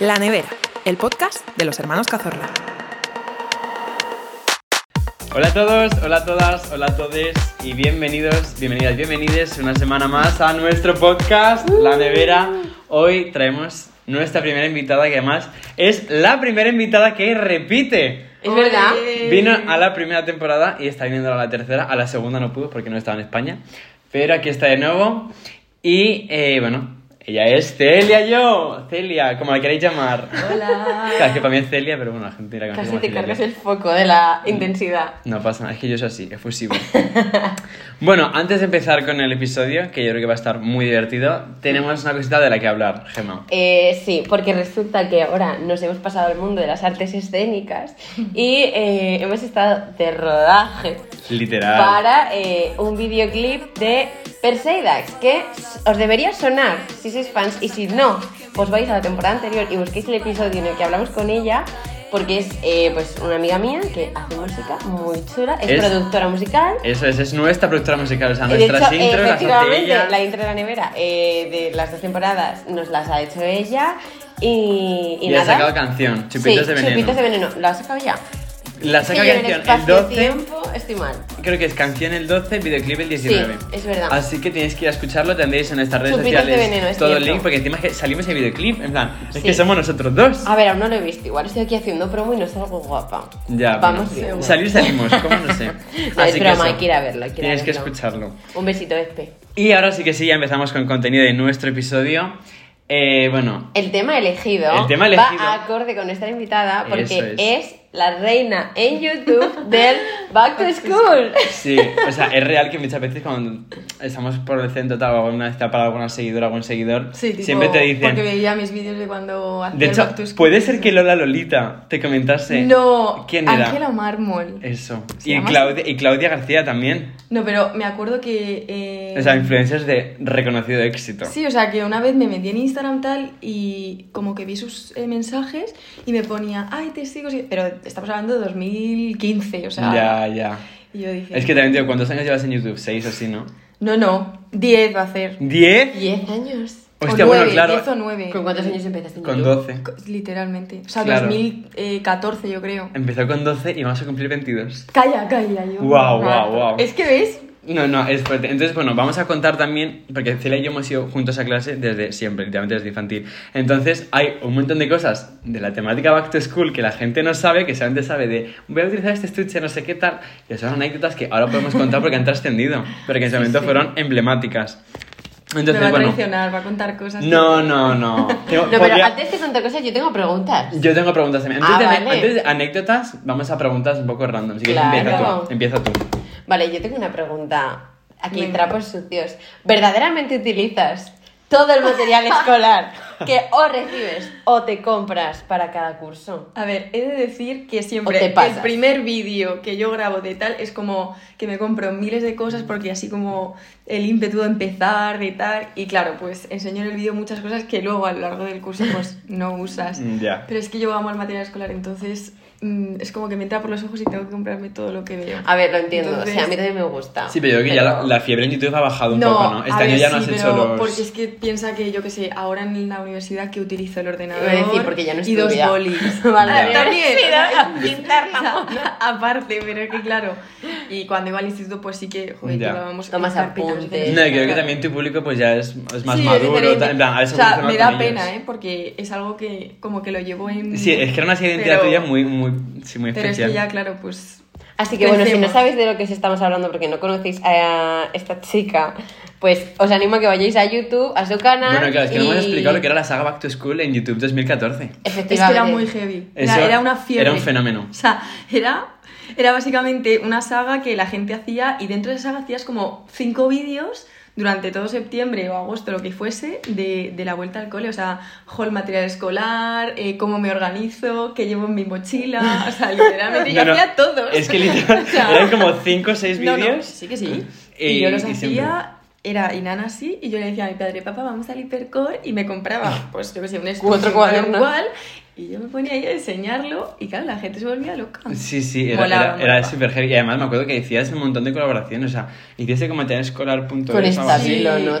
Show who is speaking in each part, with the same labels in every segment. Speaker 1: La Nevera, el podcast de los hermanos Cazorla.
Speaker 2: Hola a todos, hola a todas, hola a todes y bienvenidos, bienvenidas, bienvenides una semana más a nuestro podcast
Speaker 3: Uh.
Speaker 2: La Nevera. Hoy traemos nuestra primera invitada que además es la primera invitada que repite.
Speaker 3: Es verdad.
Speaker 2: Vino a la primera temporada y está viniendo a la tercera. A la segunda no pudo porque no estaba en España. Pero aquí está de nuevo. Y eh, bueno, ella es Celia yo. Celia, como la queréis llamar.
Speaker 3: Hola.
Speaker 2: Claro, es que para mí es Celia, pero bueno, la gente la conoce
Speaker 3: Ah. Casi
Speaker 2: como
Speaker 3: te
Speaker 2: Celia
Speaker 3: cargas
Speaker 2: yo.
Speaker 3: el foco de la intensidad.
Speaker 2: No pasa nada, es que yo soy así, efusivo. bueno, antes de empezar con el episodio, que yo creo que va a estar muy divertido, tenemos una cosita de la que hablar, Gemma.
Speaker 3: Eh, sí, porque resulta que ahora nos hemos pasado al mundo de las artes escénicas y eh, hemos estado de rodaje
Speaker 2: Literal.
Speaker 3: para eh, un videoclip de Perseidax, que os debería sonar si sois fans y si no, pues vais a la temporada anterior y busquéis el episodio en el que hablamos con ella. Porque es eh, pues una amiga mía que hace música muy chula, es,
Speaker 2: Es-
Speaker 3: productora musical.
Speaker 2: Eso es, es nuestra productora musical, o sea,
Speaker 3: Y de
Speaker 2: nuestras
Speaker 3: hecho,
Speaker 2: intros las hace
Speaker 3: efectivamente,
Speaker 2: ella.
Speaker 3: la intro de la nevera eh, de las dos temporadas nos las ha hecho ella y, y
Speaker 2: Y, ha
Speaker 3: nada.
Speaker 2: sacado canción, Chupitos
Speaker 3: Sí,
Speaker 2: de Veneno.
Speaker 3: Chupitos de veneno. ¿La has sacado ya?
Speaker 2: La saca
Speaker 3: Sí, yo en
Speaker 2: canción el
Speaker 3: espacio
Speaker 2: 12,
Speaker 3: tiempo estoy mal.
Speaker 2: creo que es canción el 12, videoclip el 19.
Speaker 3: Sí, es verdad.
Speaker 2: Así que tenéis que ir a escucharlo, tendréis en nuestras redes
Speaker 3: Chupitos de
Speaker 2: sociales
Speaker 3: veneno, es
Speaker 2: todo el
Speaker 3: cierto.
Speaker 2: link, porque encima es que salimos en videoclip, en plan, es
Speaker 3: Sí. Ah,
Speaker 2: que somos nosotros dos.
Speaker 3: A ver, aún no lo he visto. Igual estoy aquí haciendo promo y no salgo guapa.
Speaker 2: Ya,
Speaker 3: Vamos
Speaker 2: bueno,
Speaker 3: viendo.
Speaker 2: salir salimos, ¿cómo no sé?
Speaker 3: No, es broma,
Speaker 2: eso,
Speaker 3: hay que ir a verlo. hay que ir a
Speaker 2: Tienes que
Speaker 3: verlo.
Speaker 2: escucharlo.
Speaker 3: Un besito, Espe.
Speaker 2: Y ahora sí que sí, ya empezamos con contenido de nuestro episodio. Eh, bueno,
Speaker 3: El tema elegido,
Speaker 2: El tema elegido.
Speaker 3: va acorde con nuestra invitada porque
Speaker 2: Eso es.
Speaker 3: es. la reina en YouTube del Back to School.
Speaker 2: sí, o sea, es real que muchas veces cuando estamos por el centro tal, o alguna vez te ha parado alguna seguidora, algún seguidor,
Speaker 4: Sí, tipo,
Speaker 2: siempre te
Speaker 4: Porque
Speaker 2: dicen.
Speaker 4: veía mis vídeos de cuando hacía
Speaker 2: De
Speaker 4: el
Speaker 2: hecho,
Speaker 4: Back to School.
Speaker 2: puede ser que Lola Lolita te comentase.
Speaker 4: No,
Speaker 2: ¿Quién era? Eh.
Speaker 4: Ángela Mármol.
Speaker 2: Eso.
Speaker 4: ¿Se
Speaker 2: Y
Speaker 4: llama así?
Speaker 2: Claudia, y Claudia García también.
Speaker 4: No, pero me acuerdo que. eh,
Speaker 2: O sea, influencers de reconocido éxito.
Speaker 4: Sí, o sea, que una vez me metí en Instagram tal y como que vi sus eh, mensajes y me ponía, ay, te sigo. sí". Pero estamos hablando de 2015, o sea.
Speaker 2: ya, ya.
Speaker 4: Y yo dije.
Speaker 2: Es que también, tío, ¿cuántos años llevas en YouTube? ¿Seis o así, no?
Speaker 4: No, no, 10 va a hacer.
Speaker 2: ¿Diez?
Speaker 3: ¿10 años?
Speaker 4: O
Speaker 2: Hostia,
Speaker 4: nueve,
Speaker 2: bueno, claro.
Speaker 4: 10 o 9.
Speaker 3: ¿Con cuántos años empezaste en
Speaker 2: Con
Speaker 3: YouTube?
Speaker 2: 12.
Speaker 4: Literalmente. O sea,
Speaker 2: Claro. Em-
Speaker 4: 2014, yo creo.
Speaker 2: Empezó con 12 y vamos a cumplir 22.
Speaker 4: Calla, calla, yo.
Speaker 2: Guau, guau,
Speaker 4: Rato.
Speaker 2: guau.
Speaker 4: Es que ves,
Speaker 2: No, no, es fuerte. Entonces, bueno, vamos a contar también, porque Celia y yo hemos ido juntos a clase desde siempre, literalmente desde infantil. Entonces, hay un montón de cosas de la temática Back to School que la gente no sabe, que solamente sabe de voy a utilizar este estuche, no sé qué tal. Y son anécdotas que ahora podemos contar porque han trascendido, pero que en ese momento
Speaker 4: sí.
Speaker 2: fueron emblemáticas. Entonces,
Speaker 4: me va a
Speaker 2: bueno.
Speaker 4: traicionar, va a contar cosas.
Speaker 2: No, no, no. Tengo-
Speaker 3: No, pero
Speaker 2: podría-
Speaker 3: antes de contar cosas, yo tengo preguntas.
Speaker 2: Yo tengo preguntas también. Antes,
Speaker 3: Ah,
Speaker 2: de, ane-
Speaker 3: vale.
Speaker 2: antes de anécdotas, vamos a preguntas un poco random. Si quieres,
Speaker 3: Claro.
Speaker 2: empieza tú. Empieza tú.
Speaker 3: Vale, yo tengo una pregunta. Aquí,
Speaker 4: Venga.
Speaker 3: trapos sucios. ¿Verdaderamente utilizas todo el material escolar que o recibes o te compras para cada curso?
Speaker 4: A ver, he de decir que
Speaker 3: O te
Speaker 4: siempre
Speaker 3: pasas.
Speaker 4: el primer vídeo que yo grabo de tal es como que me compro miles de cosas porque así como el ímpetu de empezar de tal y claro, pues enseño en el vídeo muchas cosas que luego a lo largo del curso pues no usas.
Speaker 2: Mm, Ya.
Speaker 4: Pero es que yo amo el material escolar, entonces mm, es como que me entra por los ojos y tengo que comprarme todo lo que veo.
Speaker 3: A ver, lo entiendo.
Speaker 4: Entonces-
Speaker 3: O sea, a mí también me gusta.
Speaker 2: Sí, pero yo creo que ya la, la fiebre en YouTube ha bajado un poco, ¿no? Este
Speaker 4: a
Speaker 2: año
Speaker 4: ver,
Speaker 2: ya no
Speaker 4: sí,
Speaker 2: has hecho
Speaker 4: pero
Speaker 2: los.
Speaker 4: Porque es que piensa que, yo qué sé, ahora en la universidad que utilizo el ordenador
Speaker 3: Iba a decir, porque ya no es
Speaker 4: y
Speaker 3: tu
Speaker 4: dos
Speaker 3: vida.
Speaker 4: bolis.
Speaker 3: Vale.
Speaker 4: Ah,
Speaker 2: Ya.
Speaker 4: También. o sea,
Speaker 3: Pintar la
Speaker 4: o sea, aparte, pero que claro. Y cuando iba al instituto, pues sí que, joder,
Speaker 2: Ya.
Speaker 4: llevábamos
Speaker 3: Tomas
Speaker 4: carpetas
Speaker 3: apuntes.
Speaker 4: de-
Speaker 2: No, yo creo que también tu público pues ya es, es más
Speaker 4: Sí, es
Speaker 2: maduro.
Speaker 4: diferente.
Speaker 2: tal, en plan, a
Speaker 4: o
Speaker 2: eso
Speaker 4: sea,
Speaker 2: evoluciona
Speaker 4: me da
Speaker 2: con
Speaker 4: pena,
Speaker 2: ellos.
Speaker 4: ¿eh? Porque es algo que como que lo llevo en...
Speaker 2: Sí, es que era una identidad
Speaker 4: Pero-
Speaker 2: tuya muy, muy, sí, muy
Speaker 4: Pero es
Speaker 2: especial.
Speaker 4: que ya, claro, pues...
Speaker 3: Así que bueno, si no
Speaker 4: Pensemos.
Speaker 3: sabéis de lo que os estamos hablando porque no conocéis a esta chica, pues os animo a que vayáis a YouTube, a su canal.
Speaker 2: Bueno, claro, es que no
Speaker 3: y-
Speaker 2: hemos explicado lo que era la saga Back to School en YouTube 2014.
Speaker 4: Es que
Speaker 3: Efectivamente.
Speaker 4: era muy heavy. Era,
Speaker 2: Eso
Speaker 4: era una fiebre.
Speaker 2: era un fenómeno.
Speaker 4: O sea, era, era básicamente una saga que la gente hacía y dentro de esa saga hacías como cinco vídeos durante todo septiembre o agosto, lo que fuese, de, de la vuelta al cole. O sea, hall material escolar, eh, cómo me organizo, qué llevo en mi mochila. O sea, literalmente yo
Speaker 2: No, no,
Speaker 4: hacía todos.
Speaker 2: Es que literal,
Speaker 4: O sea,
Speaker 2: eran como 5 o 6
Speaker 4: no, no,
Speaker 2: vídeos. ¿Eh?
Speaker 4: sí que sí. Y,
Speaker 2: Y-
Speaker 4: yo los
Speaker 2: y
Speaker 4: hacía,
Speaker 2: siempre.
Speaker 4: era Inana así, y yo le decía a mi padre, papá, vamos al hipercore, y me compraba, pues yo que sé, un
Speaker 3: Cuatro
Speaker 4: estuche, un
Speaker 3: cuadernos.
Speaker 4: igual, Y yo me ponía ahí a enseñarlo y claro, la gente se volvía loca.
Speaker 2: Sí, sí, era,
Speaker 4: Molaba,
Speaker 2: era, era
Speaker 4: molaba.
Speaker 2: súper heavy. Y además me acuerdo que decías un montón de colaboraciones. O sea, hiciste como tener escolar.es
Speaker 3: Con
Speaker 2: o algo
Speaker 3: esta
Speaker 2: así.
Speaker 4: Sí.
Speaker 3: lo ¿no?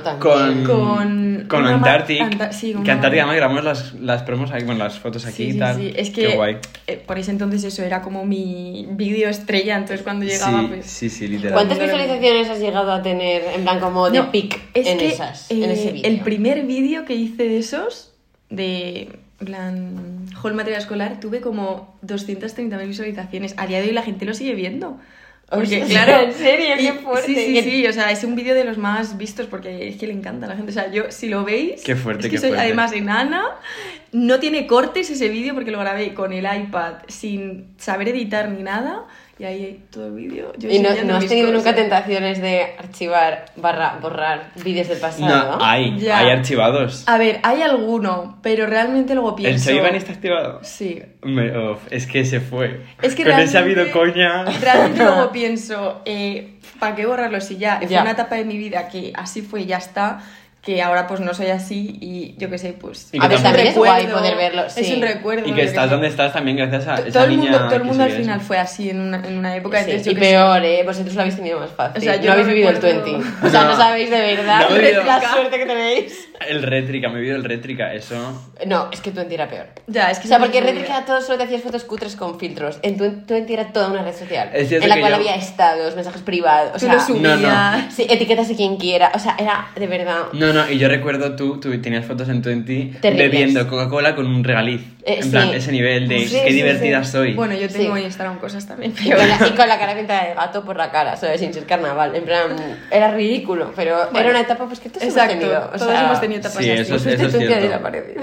Speaker 2: Con,
Speaker 3: También.
Speaker 4: Con-
Speaker 2: con
Speaker 4: una ma-
Speaker 2: Antarctic.
Speaker 4: Anta- sí, con
Speaker 2: que
Speaker 4: una-
Speaker 2: Antarctic además grabamos las, las promos aquí, bueno, las fotos pues aquí
Speaker 4: Sí,
Speaker 2: y
Speaker 4: sí,
Speaker 2: tal.
Speaker 4: sí. Es que
Speaker 2: Qué guay.
Speaker 4: eh, por ese entonces eso era como mi vídeo estrella, entonces cuando llegaba
Speaker 2: sí,
Speaker 4: pues...
Speaker 2: sí, sí, literal.
Speaker 3: ¿Cuántas
Speaker 4: Pero-
Speaker 3: visualizaciones has llegado a tener en plan como de
Speaker 4: No,
Speaker 3: pic
Speaker 4: es
Speaker 3: en
Speaker 4: que,
Speaker 3: esas? en
Speaker 4: eh,
Speaker 3: ese
Speaker 4: El
Speaker 3: vídeo.
Speaker 4: primer vídeo que hice de esos, de en plan Hall Material Escolar, tuve como 230.000 visualizaciones. A día de hoy la gente lo sigue viendo. Porque,
Speaker 3: O sea,
Speaker 4: claro,
Speaker 3: en serio, qué
Speaker 4: y-
Speaker 3: fuerte.
Speaker 4: Sí, sí,
Speaker 3: Que-
Speaker 4: sí, o sea, es un vídeo de los más vistos porque es que le encanta a la gente. O sea, yo, si lo veis,
Speaker 2: Qué fuerte,
Speaker 4: es que
Speaker 2: qué
Speaker 4: soy
Speaker 2: fuerte.
Speaker 4: además enana, no tiene cortes ese vídeo porque lo grabé con el iPad sin saber editar ni nada. Y ahí hay todo el vídeo. yo
Speaker 3: Y no,
Speaker 4: enseñando
Speaker 3: no has
Speaker 4: mis
Speaker 3: tenido nunca
Speaker 4: cosas.
Speaker 3: tentaciones de archivar barra borrar vídeos del pasado.
Speaker 2: No, hay,
Speaker 4: Ya. Ah,
Speaker 2: hay archivados.
Speaker 4: A ver, hay alguno, pero realmente luego
Speaker 2: ¿El
Speaker 4: pienso...
Speaker 2: Xavi Iván está activado?
Speaker 4: Sí.
Speaker 2: Me- uf, es que se fue.
Speaker 4: Es que
Speaker 2: Con
Speaker 4: realmente,
Speaker 2: ese ha habido coña.
Speaker 4: Realmente luego pienso, eh, ¿para qué borrarlo si ya? Fue
Speaker 3: Ya.
Speaker 4: una etapa de mi vida que así fue y ya está, que ahora pues no soy así y yo qué sé, pues...
Speaker 2: Y que A ver,
Speaker 4: un
Speaker 2: también
Speaker 3: es guay
Speaker 4: recuerdo,
Speaker 3: poder verlo, sí.
Speaker 4: Es un recuerdo.
Speaker 2: Y
Speaker 4: yo
Speaker 2: que
Speaker 4: qué
Speaker 2: estás
Speaker 4: sé.
Speaker 2: donde estás también gracias a esa
Speaker 4: Todo el
Speaker 2: niña
Speaker 4: mundo, todo el
Speaker 2: que
Speaker 4: mundo al
Speaker 2: subía eso.
Speaker 4: final fue así en una, en una época.
Speaker 3: Sí,
Speaker 4: entonces yo
Speaker 3: y
Speaker 4: qué sé.
Speaker 3: peor, ¿eh? Vosotros lo habéis tenido más fácil.
Speaker 4: O sea, yo
Speaker 3: no habéis
Speaker 4: no
Speaker 3: vivido
Speaker 4: recuerdo-
Speaker 3: el 20. O sea, no,
Speaker 2: No.
Speaker 3: sabéis de verdad
Speaker 2: No he vivido.
Speaker 3: la suerte que tenéis.
Speaker 2: El rétrica, me he vivido el rétrica, eso.
Speaker 3: No, es que 20 era peor.
Speaker 4: Ya, es que
Speaker 3: O sea,
Speaker 4: se me
Speaker 3: porque en
Speaker 4: olvida.
Speaker 3: Reddit era todo solo te hacías fotos cutres con filtros. En Twen- Twenty era toda una red social.
Speaker 2: Es cierto
Speaker 3: En la
Speaker 2: que
Speaker 3: cual
Speaker 2: yo-
Speaker 3: había estados, mensajes privados. O
Speaker 4: Tú
Speaker 3: sea,
Speaker 4: lo subías.
Speaker 2: no.
Speaker 3: sí, etiquetas de quien quiera. O sea, era de verdad.
Speaker 4: Mm.
Speaker 2: No, no, y yo recuerdo tú, tú tenías fotos en Twenty
Speaker 3: Terribles.
Speaker 2: bebiendo Coca-Cola con un regaliz.
Speaker 3: Eh,
Speaker 2: en
Speaker 3: sí.
Speaker 2: plan, ese nivel de
Speaker 3: Sí,
Speaker 2: qué
Speaker 3: sí,
Speaker 2: divertida
Speaker 3: sí.
Speaker 2: soy.
Speaker 4: Bueno, yo tengo
Speaker 3: Sí.
Speaker 4: Instagram cosas también
Speaker 3: Y con,
Speaker 4: peores.
Speaker 3: la, y con la cara pintada de gato por la cara, ¿sabes? Sin ser carnaval. En plan, era ridículo, pero era
Speaker 4: Mm. Bueno.
Speaker 3: una etapa pues que todos
Speaker 4: Exacto,
Speaker 3: hemos tenido. O
Speaker 4: todos
Speaker 3: sea,
Speaker 4: hemos tenido etapas
Speaker 2: sí,
Speaker 4: así.
Speaker 2: eso es-
Speaker 3: este Twenty ha
Speaker 2: cierto.
Speaker 3: desaparecido.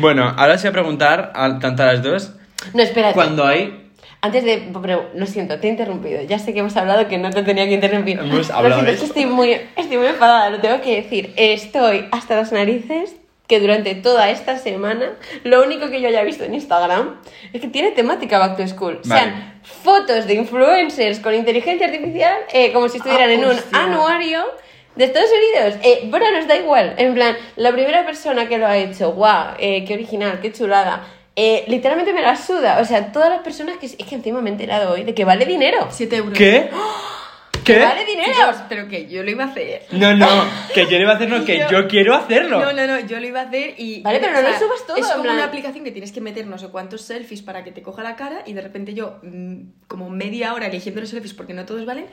Speaker 2: Bueno, ahora os voy a preguntar a, tanto a las dos.
Speaker 3: No, espérate.
Speaker 2: Cuando hay.
Speaker 3: Antes de. pero, lo siento, te he interrumpido. Ya sé que hemos hablado que no te tenía que interrumpir.
Speaker 2: Hemos
Speaker 3: Lo
Speaker 2: hablado
Speaker 3: siento,
Speaker 2: de
Speaker 3: es que
Speaker 2: eso.
Speaker 3: estoy muy, estoy muy enfadada, lo tengo que decir. Estoy hasta las narices que durante toda esta semana lo único que yo haya visto en Instagram es que tiene temática back to school. O
Speaker 2: Vale.
Speaker 3: sea, fotos de influencers con inteligencia artificial eh, como si estuvieran
Speaker 4: Ah,
Speaker 3: en un
Speaker 4: hostia.
Speaker 3: anuario de Estados Unidos. Eh, bueno, nos da igual. En plan, la primera persona que lo ha hecho, guau, eh, qué original, qué chulada. Eh, literalmente me la suda. O sea, todas las personas que... Es que encima me he enterado hoy de que vale dinero.
Speaker 4: 7 euros.
Speaker 2: ¿Qué? ¿Qué?
Speaker 3: Vale dinero.
Speaker 4: Chicos, pero que yo lo iba a hacer.
Speaker 2: No, no, que yo le iba a hacer lo que
Speaker 4: Yo-
Speaker 2: yo quiero hacerlo.
Speaker 4: No, no, no, yo lo iba a hacer y...
Speaker 3: Vale, pero
Speaker 4: o
Speaker 3: no
Speaker 4: sea,
Speaker 3: lo subas todo,
Speaker 4: Es
Speaker 3: en
Speaker 4: como
Speaker 3: plan-
Speaker 4: una aplicación que tienes que meter no sé cuántos selfies para que te coja la cara y de repente yo, mm, como media hora eligiendo los selfies porque no todos valen,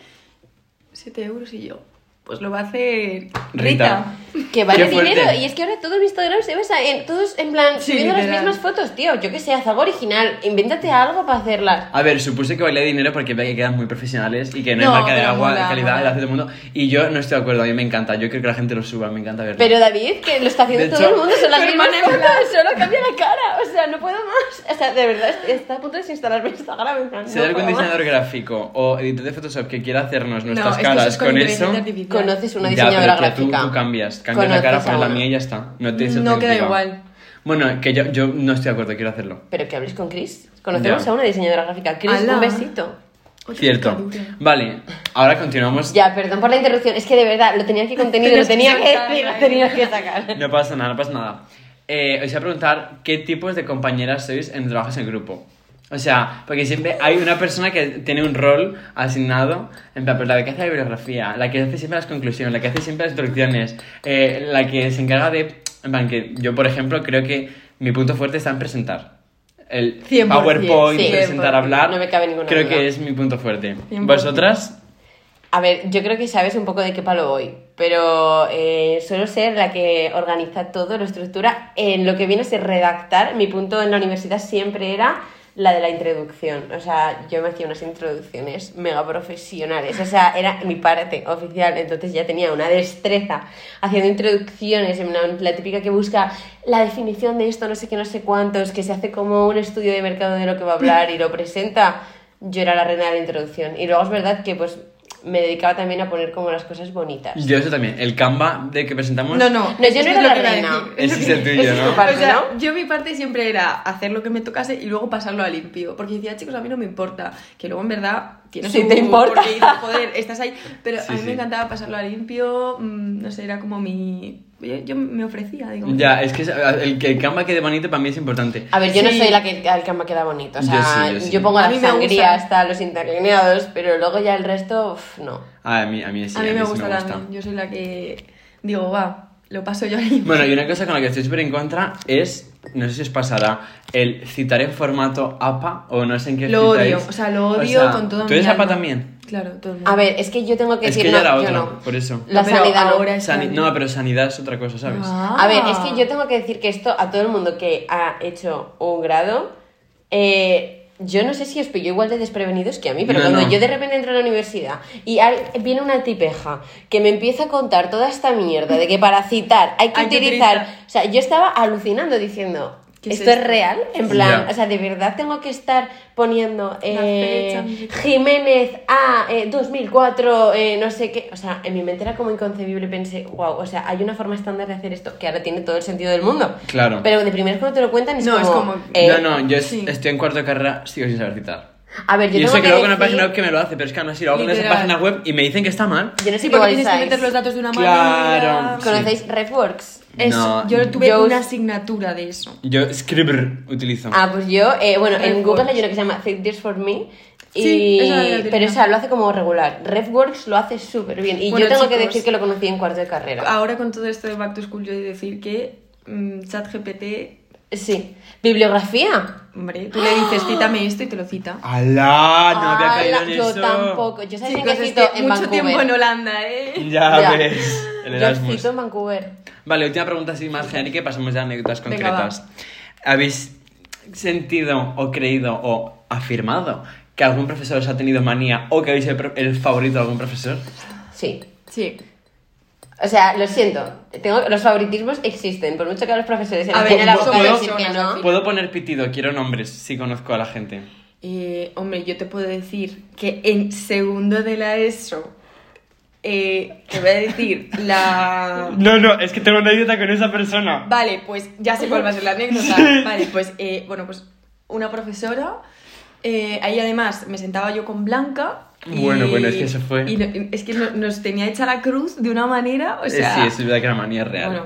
Speaker 4: 7 euros y yo, pues lo va a hacer
Speaker 2: Rita.
Speaker 4: Rita.
Speaker 3: Que vale
Speaker 2: Qué fuerte.
Speaker 3: dinero. Y es que ahora todo en Instagram se basa en... Todos en plan
Speaker 4: Sí,
Speaker 3: subiendo las
Speaker 4: literal.
Speaker 3: mismas fotos, tío. Yo que sé, haz algo original. Invéntate algo para hacerlas.
Speaker 2: A ver, supuse que valía dinero porque veía que quedan muy profesionales y que no,
Speaker 4: No,
Speaker 2: hay marca de
Speaker 4: pero
Speaker 2: agua, de
Speaker 4: mola,
Speaker 2: calidad,
Speaker 4: mola.
Speaker 2: la hace todo el mundo. Y yo no estoy de acuerdo, a mí me encanta. Yo quiero que la gente lo suba, me encanta verlo.
Speaker 3: Pero David, que lo está haciendo
Speaker 2: De
Speaker 3: todo
Speaker 2: hecho-
Speaker 3: el mundo, son las
Speaker 4: Mi
Speaker 3: mismas
Speaker 4: hermana en
Speaker 3: fotos, solo cambia la cara, o sea, no puedo más. O sea, de verdad, est- está a punto de desinstalarme Instagram, en plan,
Speaker 2: Si
Speaker 3: no
Speaker 2: hay algún
Speaker 3: puedo más.
Speaker 2: diseñador gráfico o editor de Photoshop que quiera hacernos
Speaker 4: No, es
Speaker 2: nuestras
Speaker 4: que eso
Speaker 2: caras
Speaker 4: es con,
Speaker 2: con
Speaker 4: inteligencia
Speaker 2: eso,
Speaker 4: artificial.
Speaker 3: Conoces una
Speaker 2: Ya,
Speaker 3: diseñadora
Speaker 2: pero que tú-
Speaker 3: gráfica.
Speaker 2: Tú, cambias, cambias la
Speaker 3: Conoces
Speaker 2: cara
Speaker 3: a
Speaker 2: por la
Speaker 3: una.
Speaker 2: mía y ya está. No, te, eso
Speaker 4: No
Speaker 2: te
Speaker 4: queda
Speaker 2: complicado.
Speaker 4: igual.
Speaker 2: Bueno, que yo, yo no estoy de acuerdo, quiero hacerlo.
Speaker 3: Pero que hables con Chris. Conocemos
Speaker 2: Ya.
Speaker 3: a una diseñadora gráfica. Chris,
Speaker 4: Ala.
Speaker 3: un besito.
Speaker 4: Otra
Speaker 2: Cierto.
Speaker 4: picadura.
Speaker 2: Vale, ahora continuamos.
Speaker 3: Ya, perdón por la interrupción, es que de verdad, lo tenía que contenido, lo
Speaker 4: Tenías que
Speaker 3: tenía que
Speaker 4: sacar,
Speaker 3: decir, lo
Speaker 4: ahí.
Speaker 3: tenía que sacar.
Speaker 2: No pasa nada, no pasa nada. Eh, os voy a preguntar qué tipos de compañeras sois en trabajos en grupo. O sea, porque siempre hay una persona que tiene un rol asignado, en plan, pues la que hace la bibliografía, la que hace siempre las conclusiones, la que hace siempre las introducciones, eh, la que se encarga de... En plan, que yo, por ejemplo, creo que mi punto fuerte está en presentar. El
Speaker 4: 100%,
Speaker 2: PowerPoint,
Speaker 3: sí.
Speaker 2: presentar,
Speaker 4: 100%,
Speaker 2: hablar,
Speaker 3: no me cabe ninguna
Speaker 2: creo
Speaker 3: duda.
Speaker 2: que es mi punto fuerte.
Speaker 4: 100%.
Speaker 2: ¿Vosotras?
Speaker 3: A ver, yo creo que sabes un poco de qué palo voy, pero eh, suelo ser la que organiza todo, lo estructura. En lo que viene a ser redactar, mi punto en la universidad siempre era la de la introducción. O sea, yo me hacía unas introducciones mega profesionales. O sea, era mi parte oficial. Entonces ya tenía una destreza haciendo introducciones, en plan, la típica que busca la definición de esto, no sé qué, no sé cuántos, que se hace como un estudio de mercado de lo que va a hablar y lo presenta. Yo era la reina de la introducción. Y luego es verdad que pues me dedicaba también a poner como las cosas bonitas.
Speaker 2: Yo eso también. El Canva de que presentamos...
Speaker 4: No, no,
Speaker 3: No, yo
Speaker 4: es que
Speaker 3: no
Speaker 4: es
Speaker 3: era
Speaker 4: lo
Speaker 3: la
Speaker 4: que iba a
Speaker 3: reina.
Speaker 4: decir.
Speaker 2: Ese es el tuyo,
Speaker 3: Ese es
Speaker 2: ¿no?
Speaker 3: tu parte,
Speaker 4: O sea,
Speaker 3: ¿no?
Speaker 4: yo mi parte siempre era hacer lo que me tocase y luego pasarlo a limpio. Porque decía, chicos, a mí no me importa. Que luego en verdad tiene
Speaker 3: Sí,
Speaker 4: su-
Speaker 3: te importa.
Speaker 4: porque dices, joder, estás ahí. Pero
Speaker 2: Sí,
Speaker 4: a mí
Speaker 2: sí.
Speaker 4: me encantaba pasarlo a limpio, mm, no sé, era como mi... Yo, yo me ofrecía, digo.
Speaker 2: Ya, es que es- el que el cama quede bonito para mí es importante.
Speaker 3: A ver, yo
Speaker 4: Sí.
Speaker 3: no soy la que al que me queda bonito. O
Speaker 2: Yo
Speaker 3: sea, yo,
Speaker 2: sí, yo sí.
Speaker 3: pongo
Speaker 4: A
Speaker 3: las
Speaker 4: mí me
Speaker 3: sangrías,
Speaker 4: gusta.
Speaker 3: tal, los interlineados, pero luego ya el resto, uf, no.
Speaker 2: Ah, a mí, a mí sí,
Speaker 4: a mí me
Speaker 2: sí
Speaker 4: gusta también, yo soy la que digo, va, lo paso yo a limpio.
Speaker 2: Bueno, y una cosa con la que estoy súper en contra es, no sé si os pasará, el citar en formato APA o no sé en qué
Speaker 4: Lo
Speaker 2: citáis.
Speaker 4: odio, o sea, lo
Speaker 2: O
Speaker 4: odio
Speaker 2: sea,
Speaker 4: con todo
Speaker 2: ¿Tú
Speaker 4: mi
Speaker 2: eres APA
Speaker 4: alma.
Speaker 2: también?
Speaker 4: Claro, todo el mundo.
Speaker 3: A ver, es que yo tengo que
Speaker 2: es
Speaker 3: decir,
Speaker 2: que yo
Speaker 3: no,
Speaker 2: era
Speaker 3: yo
Speaker 2: otra,
Speaker 3: no.
Speaker 2: por eso.
Speaker 3: La
Speaker 4: Pero
Speaker 3: sanidad no.
Speaker 4: ahora es
Speaker 2: Sani-
Speaker 4: sanidad.
Speaker 2: no, pero sanidad es otra cosa, ¿sabes?
Speaker 4: Ah.
Speaker 3: A ver, es que yo tengo que decir que esto a todo el mundo que ha hecho un grado, eh, yo no sé si os pilló igual de desprevenidos que a mí, pero
Speaker 2: No,
Speaker 3: cuando
Speaker 2: no.
Speaker 3: yo de repente entro a la universidad y al- viene una tipeja que me empieza a contar toda esta mierda de que para citar hay que
Speaker 4: Hay que
Speaker 3: utilizar...
Speaker 4: utilizar.
Speaker 3: O sea, yo estaba alucinando diciendo...
Speaker 4: ¿Qué es
Speaker 3: ¿Esto es
Speaker 4: esto?
Speaker 3: real? En plan,
Speaker 2: Ya.
Speaker 3: o sea, de verdad tengo que estar poniendo eh,
Speaker 4: fecha, no sé qué.
Speaker 3: Jiménez A, eh, 2004, eh, no sé qué. O sea, en mi mente era como inconcebible. Pensé, wow, o sea, hay una forma estándar de hacer esto que ahora tiene todo el sentido del mundo.
Speaker 2: Claro.
Speaker 3: Pero de primeras cuando te lo cuentan es
Speaker 4: No, es
Speaker 3: como.
Speaker 4: como-
Speaker 3: eh,
Speaker 2: no, no, yo es-
Speaker 4: sí.
Speaker 2: estoy en cuarto de carrera, sigo sin saber citar.
Speaker 3: A ver,
Speaker 2: y
Speaker 3: yo tengo
Speaker 2: eso que
Speaker 3: que
Speaker 2: luego con una
Speaker 3: decir-
Speaker 2: página web que me lo hace, pero es que aún así lo hago en esa
Speaker 4: Literal.
Speaker 2: página web y me dicen que está mal.
Speaker 3: Yo no sé
Speaker 4: Sí,
Speaker 3: qué
Speaker 4: porque tienes que meter
Speaker 3: pensáis.
Speaker 4: los datos de una
Speaker 2: Claro.
Speaker 4: manera.
Speaker 2: Sí.
Speaker 3: ¿Conocéis RefWorks?
Speaker 4: Eso,
Speaker 2: No,
Speaker 4: yo tuve
Speaker 3: yo
Speaker 4: una
Speaker 3: us-
Speaker 4: asignatura de eso.
Speaker 2: Yo Scribr utilizo.
Speaker 3: Ah, pues yo, eh, bueno, en
Speaker 4: RefWorks.
Speaker 3: Google hay uno que se llama Think This For Me. Y...
Speaker 4: Sí, esa la había
Speaker 3: pero
Speaker 4: utilizado.
Speaker 3: esa lo hace como regular. RefWorks lo hace súper bien. Y
Speaker 4: Bueno,
Speaker 3: yo tengo que
Speaker 4: chicos. Ah.
Speaker 3: decir que lo conocí en cuarto de carrera.
Speaker 4: Ahora con todo esto de Back to School, yo he de decir que mm, ChatGPT,
Speaker 3: Sí. Bibliografía.
Speaker 4: hombre, tú le dices, cítame esto y te lo cita.
Speaker 2: ¡Alá! Ah, No había caído
Speaker 3: Ala,
Speaker 2: en
Speaker 3: yo
Speaker 2: eso.
Speaker 3: tampoco. Yo sabía
Speaker 4: Chicos,
Speaker 3: que
Speaker 4: es
Speaker 3: cito
Speaker 4: que
Speaker 3: en
Speaker 4: mucho
Speaker 3: Vancouver.
Speaker 4: tiempo en Holanda, ¿eh?
Speaker 2: Ya,
Speaker 3: Ya.
Speaker 2: ves. El
Speaker 3: Yo
Speaker 2: Erasmus.
Speaker 3: cito en Vancouver.
Speaker 2: Vale, última pregunta así más genérica y pasamos ya a anécdotas
Speaker 4: Venga,
Speaker 2: concretas. ¿Habéis sentido o creído o afirmado que algún profesor os ha tenido manía o que habéis sido el, pro- el favorito de algún profesor?
Speaker 3: Sí.
Speaker 4: Sí.
Speaker 3: O sea, lo siento. Tengo, los favoritismos existen. Por mucho que a los profesores se
Speaker 4: A
Speaker 3: les
Speaker 4: ver,
Speaker 3: llene la
Speaker 4: somos
Speaker 3: boca de decir
Speaker 4: personas,
Speaker 3: que no.
Speaker 4: al fin.
Speaker 2: Puedo poner pitido, quiero nombres, si conozco a la gente.
Speaker 4: Eh, hombre, yo te puedo decir que en segundo de la ESO, eh, te voy a decir la...
Speaker 2: No, no, es que tengo una anécdota con esa persona.
Speaker 4: Vale, pues ya sé cuál va a ser la anécdota.
Speaker 2: Sí.
Speaker 4: Vale, pues eh, bueno, pues una profesora. eh, ahí además me sentaba yo con Blanca. y-
Speaker 2: Bueno, bueno, es que eso fue-
Speaker 4: Y no- es que no- nos tenía hecha la cruz de una manera, o
Speaker 2: Eh,
Speaker 4: sea.
Speaker 2: sí, es verdad que era manía real.
Speaker 4: Bueno,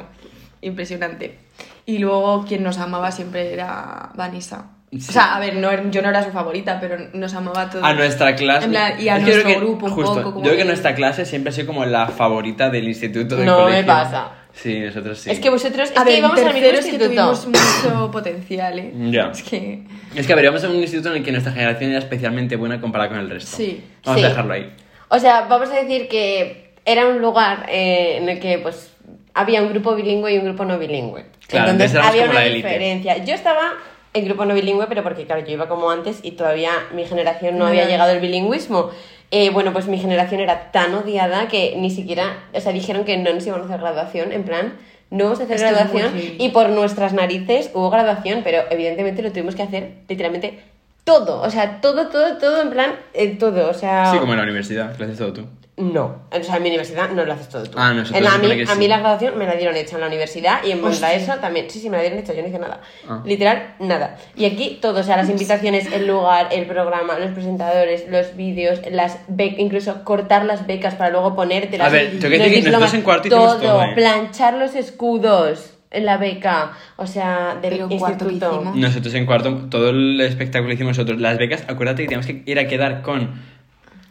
Speaker 4: impresionante. Y luego quien nos amaba siempre era Vanessa.
Speaker 2: Sí. Ah,
Speaker 4: O sea, a ver, no, er- yo no era su favorita, pero nos amaba a todos.
Speaker 2: A nuestra clase.
Speaker 4: En plan, y a
Speaker 2: Es que yo
Speaker 4: nuestro
Speaker 2: creo que-
Speaker 4: grupo un
Speaker 2: justo,
Speaker 4: poco. como
Speaker 2: Yo creo que
Speaker 4: que-
Speaker 2: nuestra clase siempre ha sido como la favorita del instituto del
Speaker 3: No me
Speaker 2: colegio.
Speaker 3: pasa.
Speaker 2: Sí, nosotros sí.
Speaker 3: Es que vosotros. Es
Speaker 4: A
Speaker 3: que
Speaker 4: ver, en
Speaker 3: íbamos al mismo
Speaker 4: tercero es que
Speaker 3: instituto.
Speaker 4: tuvimos mucho potencial, ¿eh?
Speaker 2: Ya.
Speaker 4: Es que.
Speaker 2: Es que a ver, íbamos a un instituto en el que nuestra generación era especialmente buena comparada con el resto.
Speaker 4: Sí.
Speaker 2: Vamos a
Speaker 3: Sí.
Speaker 2: dejarlo ahí.
Speaker 3: O sea, vamos a decir que era un lugar eh, en el que pues había un grupo bilingüe y un grupo no bilingüe.
Speaker 2: Claro, entonces
Speaker 3: Entonces
Speaker 2: éramos
Speaker 3: había
Speaker 2: como
Speaker 3: una
Speaker 2: la élite.
Speaker 3: diferencia. Yo estaba en grupo no bilingüe, pero porque claro, yo iba como antes y todavía mi generación no
Speaker 4: No
Speaker 3: había
Speaker 4: era.
Speaker 3: llegado al bilingüismo. Eh, bueno, pues mi generación era tan odiada que ni siquiera, o sea, dijeron que no nos iban a hacer graduación, en plan, no vamos a hacer
Speaker 4: Esto es muy
Speaker 3: graduación
Speaker 4: heavy.
Speaker 3: y por nuestras narices hubo graduación, pero evidentemente lo tuvimos que hacer literalmente todo, o sea, todo, todo, todo, en plan, eh, todo, o sea...
Speaker 4: Ah.
Speaker 2: Sí, como en la universidad, lo haces todo tú.
Speaker 3: No, o sea, en mi universidad no lo haces todo tú.
Speaker 2: Ah, nosotros
Speaker 3: En la- a,
Speaker 2: supone
Speaker 3: mí,
Speaker 2: que
Speaker 3: a mí
Speaker 2: sí.
Speaker 3: la graduación me la dieron hecha en la universidad y en
Speaker 4: Hostia.
Speaker 3: eso también. Sí, sí, me la dieron hecha, yo no hice nada.
Speaker 2: Ah.
Speaker 3: Literal, nada. Y aquí todo, o sea, las invitaciones, el lugar, el programa, los presentadores, los vídeos, las be- incluso cortar las becas para luego ponértelas.
Speaker 2: A ver, tengo que
Speaker 3: los
Speaker 2: decir que nosotros
Speaker 3: diplomas,
Speaker 2: en cuarto hicimos
Speaker 3: todo,
Speaker 2: todo, ¿eh?
Speaker 3: planchar los escudos en la beca, o sea, del
Speaker 4: Pero en cuarto que
Speaker 3: instituto.
Speaker 4: hicimos.
Speaker 2: Nosotros en cuarto, todo el espectáculo hicimos nosotros. Las becas, acuérdate que teníamos que ir a quedar con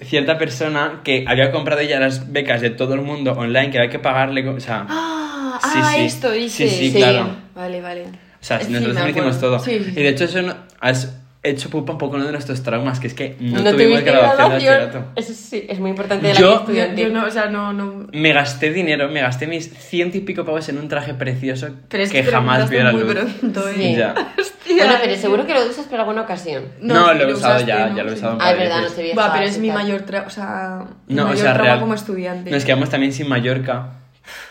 Speaker 2: cierta persona que había comprado ya las becas de todo el mundo online, que había que pagarle. co- O sea,
Speaker 4: Ah,
Speaker 2: Sí,
Speaker 4: ah,
Speaker 2: sí.
Speaker 4: esto dice.
Speaker 2: Sí, sí,
Speaker 3: Sí.
Speaker 2: claro.
Speaker 4: Vale, vale.
Speaker 2: O sea,
Speaker 4: Sí,
Speaker 2: nosotros
Speaker 4: me
Speaker 2: también hicimos
Speaker 4: acuerdo.
Speaker 2: todo.
Speaker 4: Sí, sí,
Speaker 2: Y de hecho, eso no- has hecho pupa un poco uno de nuestros traumas, que es que no,
Speaker 3: no
Speaker 2: tuvimos
Speaker 3: tuviste
Speaker 2: graduación de
Speaker 3: graduación.
Speaker 2: bachillerato.
Speaker 3: Eso sí, es muy importante de la
Speaker 2: Yo-
Speaker 3: vida
Speaker 4: sí. Yo,
Speaker 3: estudiantil.
Speaker 4: yo no, o sea, no, no.
Speaker 2: Me gasté dinero, me gasté mis ciento y pico pavos en un traje precioso
Speaker 4: Pero es
Speaker 2: que,
Speaker 4: que, te lo
Speaker 2: jamás
Speaker 4: mandaste
Speaker 2: vio la
Speaker 4: muy
Speaker 2: luz.
Speaker 4: pronto, ¿eh?
Speaker 3: Sí.
Speaker 2: Ya.
Speaker 4: Hostia.
Speaker 3: Bueno, pero seguro que lo usas por alguna ocasión.
Speaker 2: No, lo he
Speaker 4: lo
Speaker 2: usado
Speaker 4: usaste,
Speaker 2: ya,
Speaker 4: ¿no?
Speaker 2: ya lo he
Speaker 4: Sí.
Speaker 2: usado.
Speaker 3: Ah, es
Speaker 2: varias
Speaker 3: verdad, no
Speaker 2: veces.
Speaker 3: se vieja.
Speaker 4: Va, pero es
Speaker 3: sí,
Speaker 4: mi
Speaker 3: tal.
Speaker 4: mayor tra- o sea, mi
Speaker 2: No, o
Speaker 4: mayor
Speaker 2: sea,
Speaker 4: trauma
Speaker 2: real.
Speaker 4: como estudiante.
Speaker 2: Nos quedamos también sin Mallorca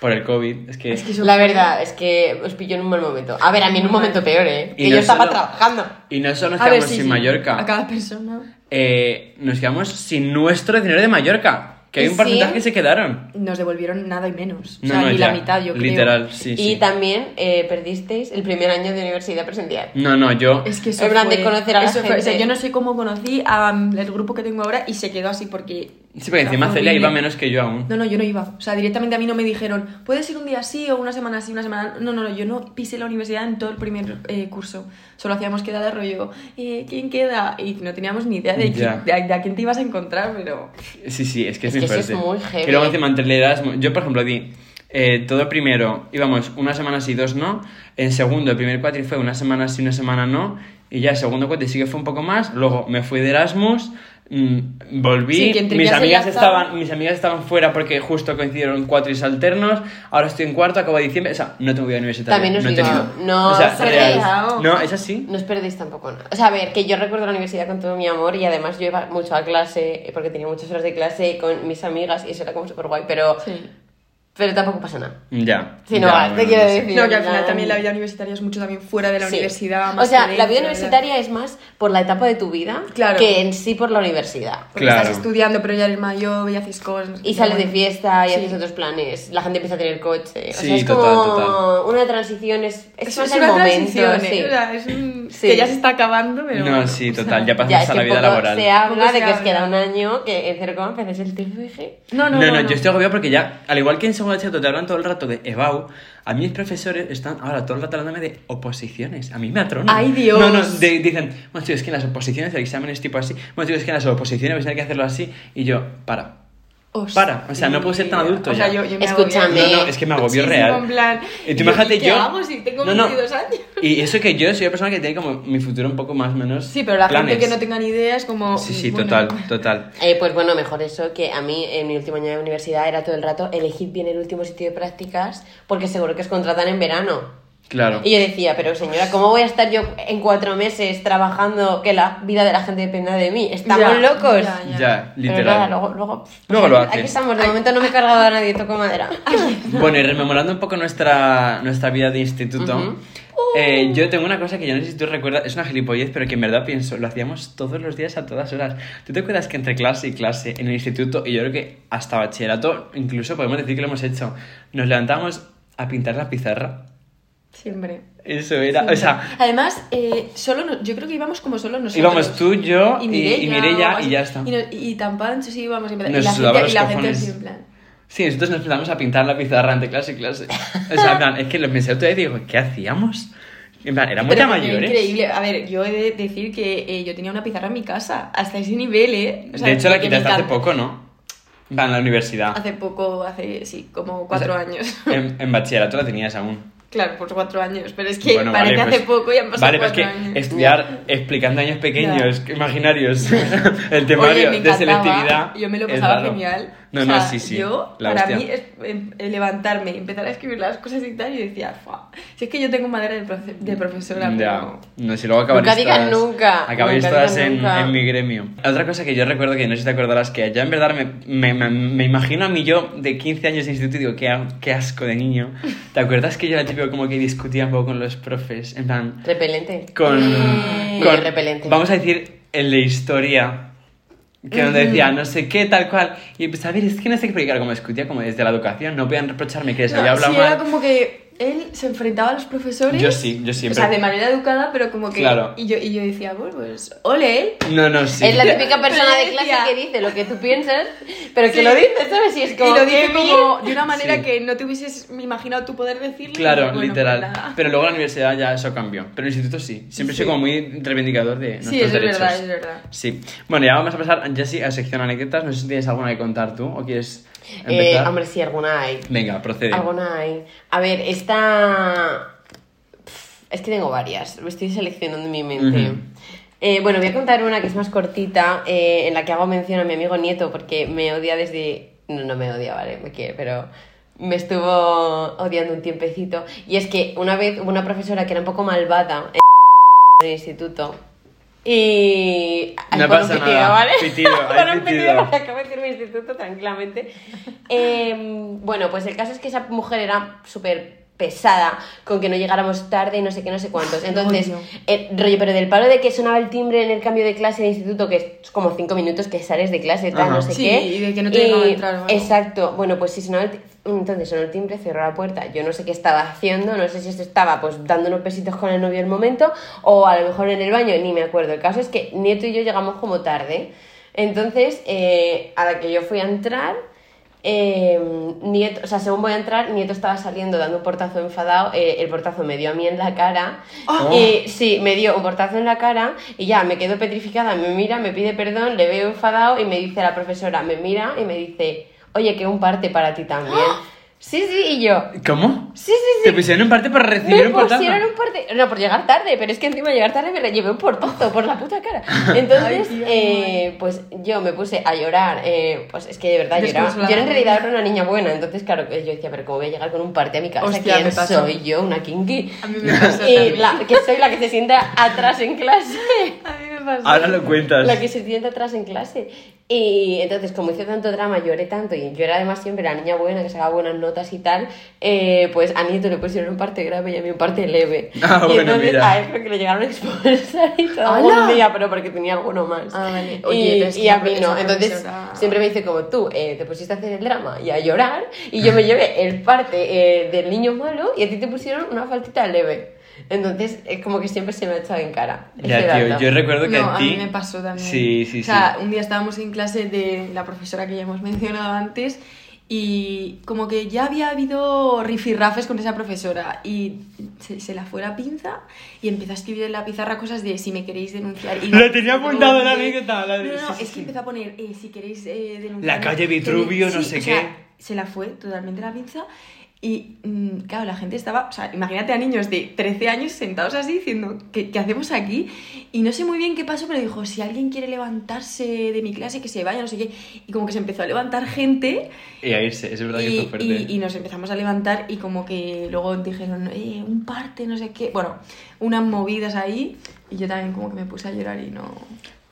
Speaker 2: por el COVID. Es que,
Speaker 4: Es que yo-
Speaker 3: La verdad es que os pilló en un mal momento. A ver, a mí en un momento peor, ¿eh?
Speaker 2: Y no
Speaker 3: Que yo estaba
Speaker 2: solo-
Speaker 3: trabajando.
Speaker 2: Y no solo nos
Speaker 4: A ver,
Speaker 2: quedamos
Speaker 4: sí,
Speaker 2: sin
Speaker 4: sí,
Speaker 2: Mallorca,
Speaker 4: A cada persona.
Speaker 2: eh, nos quedamos sin nuestro dinero de Mallorca. Que hay un
Speaker 3: Sí.
Speaker 2: porcentaje que se quedaron.
Speaker 4: Nos devolvieron nada y menos. O
Speaker 2: No,
Speaker 4: sea,
Speaker 2: no,
Speaker 4: ni
Speaker 2: ya.
Speaker 4: la mitad, yo creo.
Speaker 2: Literal, sí,
Speaker 3: y
Speaker 2: sí.
Speaker 3: también eh, perdisteis el primer año de universidad presencial.
Speaker 2: No, no, yo.
Speaker 4: Es que eso
Speaker 3: En plan de
Speaker 4: fue-
Speaker 3: conocer a la
Speaker 4: eso fue- o sea,
Speaker 3: gente.
Speaker 4: yo no sé cómo conocí al grupo que tengo ahora y se quedó así porque...
Speaker 2: Sí, porque
Speaker 4: o sea,
Speaker 2: encima
Speaker 4: fue
Speaker 2: Celia
Speaker 4: horrible.
Speaker 2: iba menos que yo aún.
Speaker 4: No, no, yo no iba. O sea, directamente a mí no me dijeron, puedes ir un día así o una semana así, una semana... No, no, no, yo no pisé la universidad en todo el primer eh, curso. Solo hacíamos queda de rollo, eh, ¿quién queda? Y no teníamos ni idea de,
Speaker 2: Ya.
Speaker 4: quién- de, a, de a quién te ibas a encontrar, pero...
Speaker 2: Sí, sí, es que es,
Speaker 3: Es
Speaker 2: muy
Speaker 3: que
Speaker 2: fuerte.
Speaker 3: eso es muy heavy.
Speaker 2: Que luego encima entre la edad es muy- Yo, por ejemplo, di eh, todo primero, íbamos una semana sí, dos no. En segundo, el primer cuatri fue una semana sí, una semana no. Y ya el segundo cuatri sí que fue un poco más. Luego me fui de Erasmus, mm, volví.
Speaker 4: Sí, que entre
Speaker 2: mis,
Speaker 4: ya se
Speaker 2: amigas
Speaker 4: enlazaban.
Speaker 2: estaban, mis amigas estaban fuera porque justo coincidieron cuatris alternos. Ahora estoy en cuarto, acabo diciembre. O sea, no tengo vida universitaria.
Speaker 3: También os
Speaker 2: no he
Speaker 3: digo,
Speaker 2: tenido.
Speaker 3: no,
Speaker 2: o sea,
Speaker 3: se
Speaker 2: real.
Speaker 4: peleao.
Speaker 2: No, es así.
Speaker 3: No os perdéis tampoco nada. O sea, a ver, que yo recuerdo la universidad con todo mi amor y además yo iba mucho a clase eh, porque tenía muchas horas de clase con mis amigas y eso era como súper guay, pero,
Speaker 4: Sí.
Speaker 3: pero tampoco pasa nada.
Speaker 2: Ya.
Speaker 3: Sí, no,
Speaker 2: ya,
Speaker 3: vas, te
Speaker 2: bueno,
Speaker 3: quiero
Speaker 2: no sé.
Speaker 3: decir.
Speaker 4: No, que
Speaker 3: en
Speaker 4: al
Speaker 3: plan-
Speaker 4: final también la vida universitaria es mucho también fuera de la
Speaker 3: Sí. O
Speaker 4: universidad. más
Speaker 3: sea,
Speaker 4: que
Speaker 3: la
Speaker 4: dentro,
Speaker 3: vida
Speaker 4: ¿verdad?
Speaker 3: universitaria es más por la etapa de tu vida
Speaker 4: Claro.
Speaker 3: que en sí por la universidad.
Speaker 4: Porque
Speaker 2: Claro.
Speaker 4: estás estudiando, pero ya eres mayor y haces cosas.
Speaker 3: Y sales de fiesta y
Speaker 4: Sí.
Speaker 3: haces otros planes, la gente empieza a tener coche. O
Speaker 2: Sí,
Speaker 3: sea, es
Speaker 2: total,
Speaker 3: como
Speaker 2: total.
Speaker 3: una transición, es, es,
Speaker 4: Es,
Speaker 3: más
Speaker 4: es
Speaker 3: el
Speaker 4: una
Speaker 3: momento.
Speaker 4: transición, ¿eh?
Speaker 3: sí.
Speaker 4: O sea, es un-
Speaker 3: Sí.
Speaker 4: que ya se está acabando, pero...
Speaker 2: No,
Speaker 4: bueno,
Speaker 2: sí,
Speaker 4: o sea,
Speaker 2: total, ya pasas
Speaker 3: Ya, es
Speaker 2: a
Speaker 3: que
Speaker 2: la vida
Speaker 3: poco
Speaker 2: laboral.
Speaker 3: se habla
Speaker 4: Poco
Speaker 3: de
Speaker 4: se
Speaker 3: que os queda
Speaker 4: habla.
Speaker 3: un año, que en Cercón empezáis el TFG.
Speaker 4: No,
Speaker 2: No, no, yo estoy agobiado porque ya, al igual que en segundo de chico te hablan todo el rato de EBAU, a mí mis profesores están ahora todo el rato hablándome de oposiciones. A mí me atronan.
Speaker 4: ¡Ay, Dios!
Speaker 2: No, no, de- dicen, bueno, tío, es que en las oposiciones el examen es tipo así. Bueno, tío, es que en las oposiciones vais a tener que hacerlo así. Y yo, para.
Speaker 4: Hostia.
Speaker 2: Para, o sea, no puedo ser tan adulto
Speaker 4: O sea,
Speaker 2: ya.
Speaker 4: yo, yo me
Speaker 3: Escúchame.
Speaker 4: agobio.
Speaker 2: No, no, es que me agobió
Speaker 4: Muchísimo,
Speaker 2: real.
Speaker 4: en plan,
Speaker 2: y tú
Speaker 4: ¿y-
Speaker 2: imagínate
Speaker 4: y qué
Speaker 2: yo.
Speaker 4: hago si tengo 22 años?
Speaker 2: Y eso que yo soy una persona que tiene como mi futuro un poco más o menos.
Speaker 4: Sí, pero la
Speaker 2: planes.
Speaker 4: gente que no tenga ni idea es como... mm,
Speaker 2: Sí, sí,
Speaker 4: bueno,
Speaker 2: total, total.
Speaker 3: Eh, pues bueno, mejor eso que a mí en mi último año de universidad era todo el rato elegid bien el último sitio de prácticas porque seguro que os contratan en verano.
Speaker 2: Claro.
Speaker 3: Y yo decía, pero señora, ¿cómo voy a estar yo en cuatro meses trabajando que la vida de la gente dependa de mí? Estamos
Speaker 4: Ya,
Speaker 3: locos.
Speaker 4: ya, ya.
Speaker 2: Ya,
Speaker 3: Pero
Speaker 2: literal.
Speaker 3: nada, luego, luego, pues,
Speaker 2: Luego lo
Speaker 3: aquí
Speaker 2: haces.
Speaker 3: estamos, de momento no me he cargado a nadie, toco madera.
Speaker 2: Bueno, y rememorando un poco nuestra, nuestra vida de instituto,
Speaker 3: Ujú.
Speaker 2: eh, yo tengo una cosa que yo no sé si tú recuerdas, es una gilipollez, pero que en verdad pienso, lo hacíamos todos los días a todas horas. ¿Tú te acuerdas que entre clase y clase en el instituto, y yo creo que hasta bachillerato, incluso podemos decir que lo hemos hecho, nos levantamos a pintar la pizarra?
Speaker 4: Siempre.
Speaker 2: Eso era, o sea,
Speaker 4: Además, eh, solo no- yo creo que íbamos como solo nosotros.
Speaker 2: íbamos tú, yo y,
Speaker 4: Mireia
Speaker 2: y Mireia,
Speaker 4: o así.
Speaker 2: y ya está.
Speaker 4: Y, no- y tan pancho, sí, íbamos en plan-
Speaker 2: Nos
Speaker 4: y la
Speaker 2: sudaba
Speaker 4: gente,
Speaker 2: los
Speaker 4: y la gente
Speaker 2: cojones.
Speaker 4: así en plan.
Speaker 2: Sí, nosotros nos empezamos a pintar la pizarra entre clase y clase. O sea, en plan, es que los pensé otra vez y digo, ¿qué hacíamos? En plan, éramos
Speaker 4: Pero
Speaker 2: ya
Speaker 4: porque era
Speaker 2: mayores.
Speaker 4: Increíble. A ver, yo he de decir que eh, yo tenía una pizarra en mi casa, hasta ese nivel, ¿eh? O sea,
Speaker 2: de hecho, la
Speaker 4: que me
Speaker 2: quitaste hace
Speaker 4: encanta.
Speaker 2: poco, ¿no? Va, en la universidad.
Speaker 4: Hace poco, hace, sí, como cuatro
Speaker 2: O sea,
Speaker 4: años.
Speaker 2: En, en bachillerato la tenías aún.
Speaker 4: claro, pues cuatro años, pero es que
Speaker 2: Bueno,
Speaker 4: parece
Speaker 2: vale,
Speaker 4: hace
Speaker 2: pues-
Speaker 4: poco y han pasado
Speaker 2: Vale, pero es
Speaker 4: cuatro
Speaker 2: que
Speaker 4: años.
Speaker 2: estudiar explicando años pequeños, imaginarios, el
Speaker 4: Oye,
Speaker 2: temario
Speaker 4: me
Speaker 2: de
Speaker 4: encantaba,
Speaker 2: selectividad.
Speaker 4: Yo me lo
Speaker 2: es
Speaker 4: pasaba
Speaker 2: raro.
Speaker 4: genial.
Speaker 2: No,
Speaker 4: O sea,
Speaker 2: no, sí, sí.
Speaker 4: Yo,
Speaker 2: la
Speaker 4: para
Speaker 2: hostia.
Speaker 4: mí, es, em, eh, levantarme y empezar a escribir las cosas y tal, y decía, "Fua, si es que yo tengo madera de, profe- de profesora.
Speaker 2: Ya,
Speaker 4: pero-
Speaker 2: no, si luego acabaréis
Speaker 3: Nunca digas
Speaker 2: todas-
Speaker 3: nunca,
Speaker 2: Acabaréis
Speaker 3: nunca
Speaker 2: todas
Speaker 3: digas
Speaker 2: en,
Speaker 3: nunca.
Speaker 2: en mi gremio. Otra cosa que yo recuerdo que no sé si te acordarás, que ya en verdad me, me- me- me imagino a mí yo de 15 años de instituto y digo, qué, a- qué asco de niño. ¿Te acuerdas que yo era el típico como que discutía un poco con los profes? En plan,
Speaker 3: Repelente.
Speaker 2: con,
Speaker 3: Mm,
Speaker 2: con-
Speaker 3: muy repelente.
Speaker 2: Vamos a decir el de historia. Que nos decía no sé qué, tal cual. Y pues a ver, es que no sé qué, porque claro, como discutía como desde la educación, no podían reprocharme que les
Speaker 4: No,
Speaker 2: había hablado
Speaker 4: sí,
Speaker 2: mal.
Speaker 4: era como que él se enfrentaba a los profesores.
Speaker 2: Yo sí, yo siempre.
Speaker 4: O sea, de manera educada, pero como que.
Speaker 2: Claro.
Speaker 4: Y yo, y yo decía, bueno, pues, ole él.
Speaker 2: No, no, sí.
Speaker 3: Es la típica persona
Speaker 4: Pero
Speaker 3: de
Speaker 4: yo
Speaker 3: clase
Speaker 4: decía-
Speaker 3: que dice lo que tú piensas, pero que
Speaker 4: Sí.
Speaker 3: lo dice, ¿sabes? Y es como.
Speaker 4: y lo dice
Speaker 3: qué
Speaker 4: como de una manera
Speaker 2: Sí.
Speaker 4: que no te hubieses imaginado tú poder decirlo.
Speaker 2: Claro,
Speaker 4: y bueno,
Speaker 2: literal.
Speaker 4: pues nada.
Speaker 2: Pero luego en la universidad ya eso cambió. Pero en el instituto sí. Siempre soy
Speaker 4: Sí.
Speaker 2: como muy reivindicador de nuestros
Speaker 4: Sí, eso es
Speaker 2: derechos.
Speaker 4: verdad, es verdad.
Speaker 2: Sí. Bueno, ya vamos a pasar, Jessy, a sección anécdotas. No sé si tienes alguna que contar tú o quieres
Speaker 3: bien. Eh,
Speaker 2: empezar.
Speaker 3: hombre, sí, alguna hay.
Speaker 2: Venga, procede.
Speaker 3: Alguna hay. A ver, esta. Pf, Es que tengo varias, me estoy seleccionando en mi mente.
Speaker 2: Ujú.
Speaker 3: Eh, bueno, voy a contar una que es más cortita, eh, en la que hago mención a mi amigo Nieto, porque me odia desde. No, no me odia, vale, me quiere, pero me estuvo odiando un tiempecito. Y es que una vez hubo una profesora que era un poco malvada en el instituto. Y.
Speaker 2: No
Speaker 3: Con un
Speaker 2: pasa
Speaker 3: pitido,
Speaker 2: nada.
Speaker 3: ¿vale?
Speaker 2: Pitido, hay
Speaker 3: Con un
Speaker 2: pitido.
Speaker 3: porque acabo de decir mi Em, instituto tranquilamente. Eh, bueno, pues el caso es que esa mujer era súper pesada con que no llegáramos tarde y no sé qué, no sé cuántos. Entonces,
Speaker 4: Odio.
Speaker 3: eh, rollo, pero del palo de que sonaba el timbre en el cambio de clase de instituto, que es como cinco minutos que sales de clase, tal,
Speaker 2: Ajá.
Speaker 3: no sé
Speaker 4: Sí,
Speaker 3: qué.
Speaker 4: y de que no te dejaban entrar o algo.
Speaker 3: Exacto. Bueno, pues sí, sonaba el ti- entonces sonó el timbre, cerró la puerta. Yo no sé qué estaba haciendo, no sé si esto estaba pues dando unos besitos con el novio al momento o a lo mejor en el baño, ni me acuerdo. El caso es que Nieto y yo llegamos como tarde. Entonces, eh, a la que yo fui a entrar, eh, Nieto, o sea, según voy a entrar, Nieto estaba saliendo dando un portazo enfadado, eh, el portazo me dio a mí en la cara,
Speaker 2: Ah.
Speaker 3: y sí, me dio un portazo en la cara, y ya, me quedo petrificada, me mira, me pide perdón, le veo enfadado, y me dice la profesora, me mira y me dice, oye, que un parte para ti también. Sí, sí, y yo,
Speaker 2: ¿Cómo?
Speaker 3: sí, sí, sí.
Speaker 2: Te pusieron un parte para recibir
Speaker 3: Me
Speaker 2: un portazo.
Speaker 3: pusieron un parte. No, por llegar tarde, pero es que encima de llegar tarde me llevé un portazo por la puta cara. Entonces,
Speaker 4: Ay, tío,
Speaker 3: eh, pues yo me puse a llorar. eh, pues es que de verdad lloraba.
Speaker 4: Desconsolada.
Speaker 3: Yo en realidad era una niña buena, entonces, claro, que yo decía, pero ¿cómo voy a llegar con un parte a mi casa?
Speaker 4: Hostia, me
Speaker 3: ¿Quién
Speaker 4: pasó.
Speaker 3: soy yo? ¿Una kinky?
Speaker 4: A mí me pasó
Speaker 3: Y
Speaker 4: también.
Speaker 3: la, que soy la que se sienta atrás en clase.
Speaker 4: A mí me pasó.
Speaker 2: Ahora lo cuentas.
Speaker 3: La que se sienta atrás en clase. Y entonces, como hice tanto drama, lloré tanto, y yo era además siempre la niña buena que sacaba buenas notas y tal, eh, pues a Nieto le pusieron un parte grave y a mí un parte leve.
Speaker 2: Ah,
Speaker 3: y
Speaker 2: bueno,
Speaker 3: entonces
Speaker 2: mira.
Speaker 3: a él creo que le llegaron a expulsar y todo
Speaker 4: ¡Hala!
Speaker 3: un día, pero porque tenía alguno más.
Speaker 4: Ah, vale.
Speaker 3: Y-
Speaker 4: Oye, pero es
Speaker 3: y,
Speaker 4: que ah.
Speaker 3: a
Speaker 4: esa
Speaker 3: mí no.
Speaker 4: profesora-
Speaker 3: Entonces, siempre me dice como tú, eh, te pusiste a hacer el drama y a llorar, y yo me llevé el parte eh, del niño malo y a ti te pusieron una faltita leve. Entonces, es como que siempre se me ha echado en cara. ese
Speaker 2: Ya, tío,
Speaker 3: dato.
Speaker 2: yo recuerdo que
Speaker 4: No,
Speaker 2: a ti...
Speaker 4: mí me pasó también.
Speaker 2: Sí, sí, sí.
Speaker 4: O sea, un día estábamos en clase de la profesora que ya hemos mencionado antes y como que ya había habido rifirrafes con esa profesora y se, se la fue la pinza y empezó a escribir en la pizarra cosas de si me queréis denunciar. Y
Speaker 2: Lo tenía apuntado la
Speaker 4: de-
Speaker 2: anécdota, la
Speaker 4: No,
Speaker 2: de-
Speaker 4: no, no,
Speaker 2: sí, sí,
Speaker 4: es
Speaker 2: sí.
Speaker 4: que empezó a poner eh, si queréis eh, denunciar.
Speaker 2: La calle Vitruvio, no sé
Speaker 4: o
Speaker 2: qué.
Speaker 4: sea, se la fue totalmente la pinza. Y mm, claro, la gente estaba, o sea, imagínate a niños de 13 años sentados así diciendo, ¿qué, qué hacemos aquí? Y no sé muy bien qué pasó, pero dijo, si alguien quiere levantarse de mi clase, que se vaya, no sé qué. Y como que se empezó a levantar gente
Speaker 2: Y a irse, es verdad que
Speaker 4: y,
Speaker 2: fue fuerte.
Speaker 4: y- y nos empezamos a levantar y como que luego dijeron, eh, un parte, no sé qué. Bueno, unas movidas ahí y yo también como que me puse a llorar y no,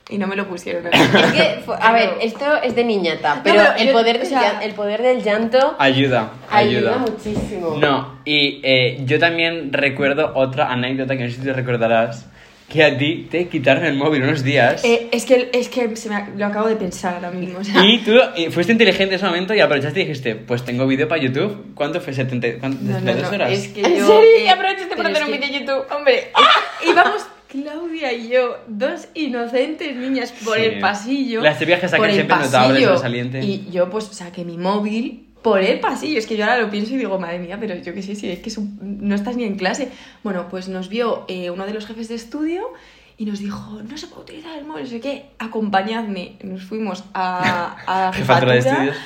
Speaker 4: y no me lo pusieron.
Speaker 3: Es que, fue- a ver, esto es de niñata, pero,
Speaker 4: pero
Speaker 3: el,
Speaker 4: yo-
Speaker 3: poder
Speaker 4: o
Speaker 3: del
Speaker 4: sea-
Speaker 3: llan- el poder del llanto
Speaker 2: Ayuda,
Speaker 3: ayuda,
Speaker 2: ayuda.
Speaker 3: muchísimo.
Speaker 2: No, y eh, yo también recuerdo otra anécdota que no sé si te recordarás, que a ti te quitaron el móvil unos días.
Speaker 4: Eh, es que, es que se me ha- lo acabo de pensar ahora mismo. o sea.
Speaker 2: Y tú eh, fuiste inteligente en ese momento y aprovechaste y dijiste, pues tengo vídeo para YouTube. ¿Cuánto fue? ¿70, cuánto,
Speaker 4: No, no,
Speaker 2: 72
Speaker 4: no,
Speaker 2: horas?
Speaker 4: es que
Speaker 3: ¿En
Speaker 4: yo,
Speaker 3: serio?
Speaker 4: eh,
Speaker 3: Ya este aprovechaste para
Speaker 4: pero
Speaker 3: hacer un
Speaker 4: es que-
Speaker 3: vídeo de YouTube. Hombre,
Speaker 4: Íbamos Claudia y yo, dos inocentes niñas por
Speaker 2: Sí.
Speaker 4: el pasillo.
Speaker 2: Las de viajes sacan
Speaker 4: por el
Speaker 2: siempre
Speaker 4: pasillo,
Speaker 2: notables, sobresaliente.
Speaker 4: Y yo pues saqué mi móvil por el pasillo. Es que yo ahora lo pienso y digo, madre mía, pero yo qué sé, si es que es un- no estás ni en clase. Bueno, pues nos vio eh, uno de los jefes de estudio y nos dijo, no se puede utilizar el móvil, no sé qué, acompañadme. Nos fuimos a, a
Speaker 2: Jefatura de
Speaker 4: jefatura
Speaker 2: estudios.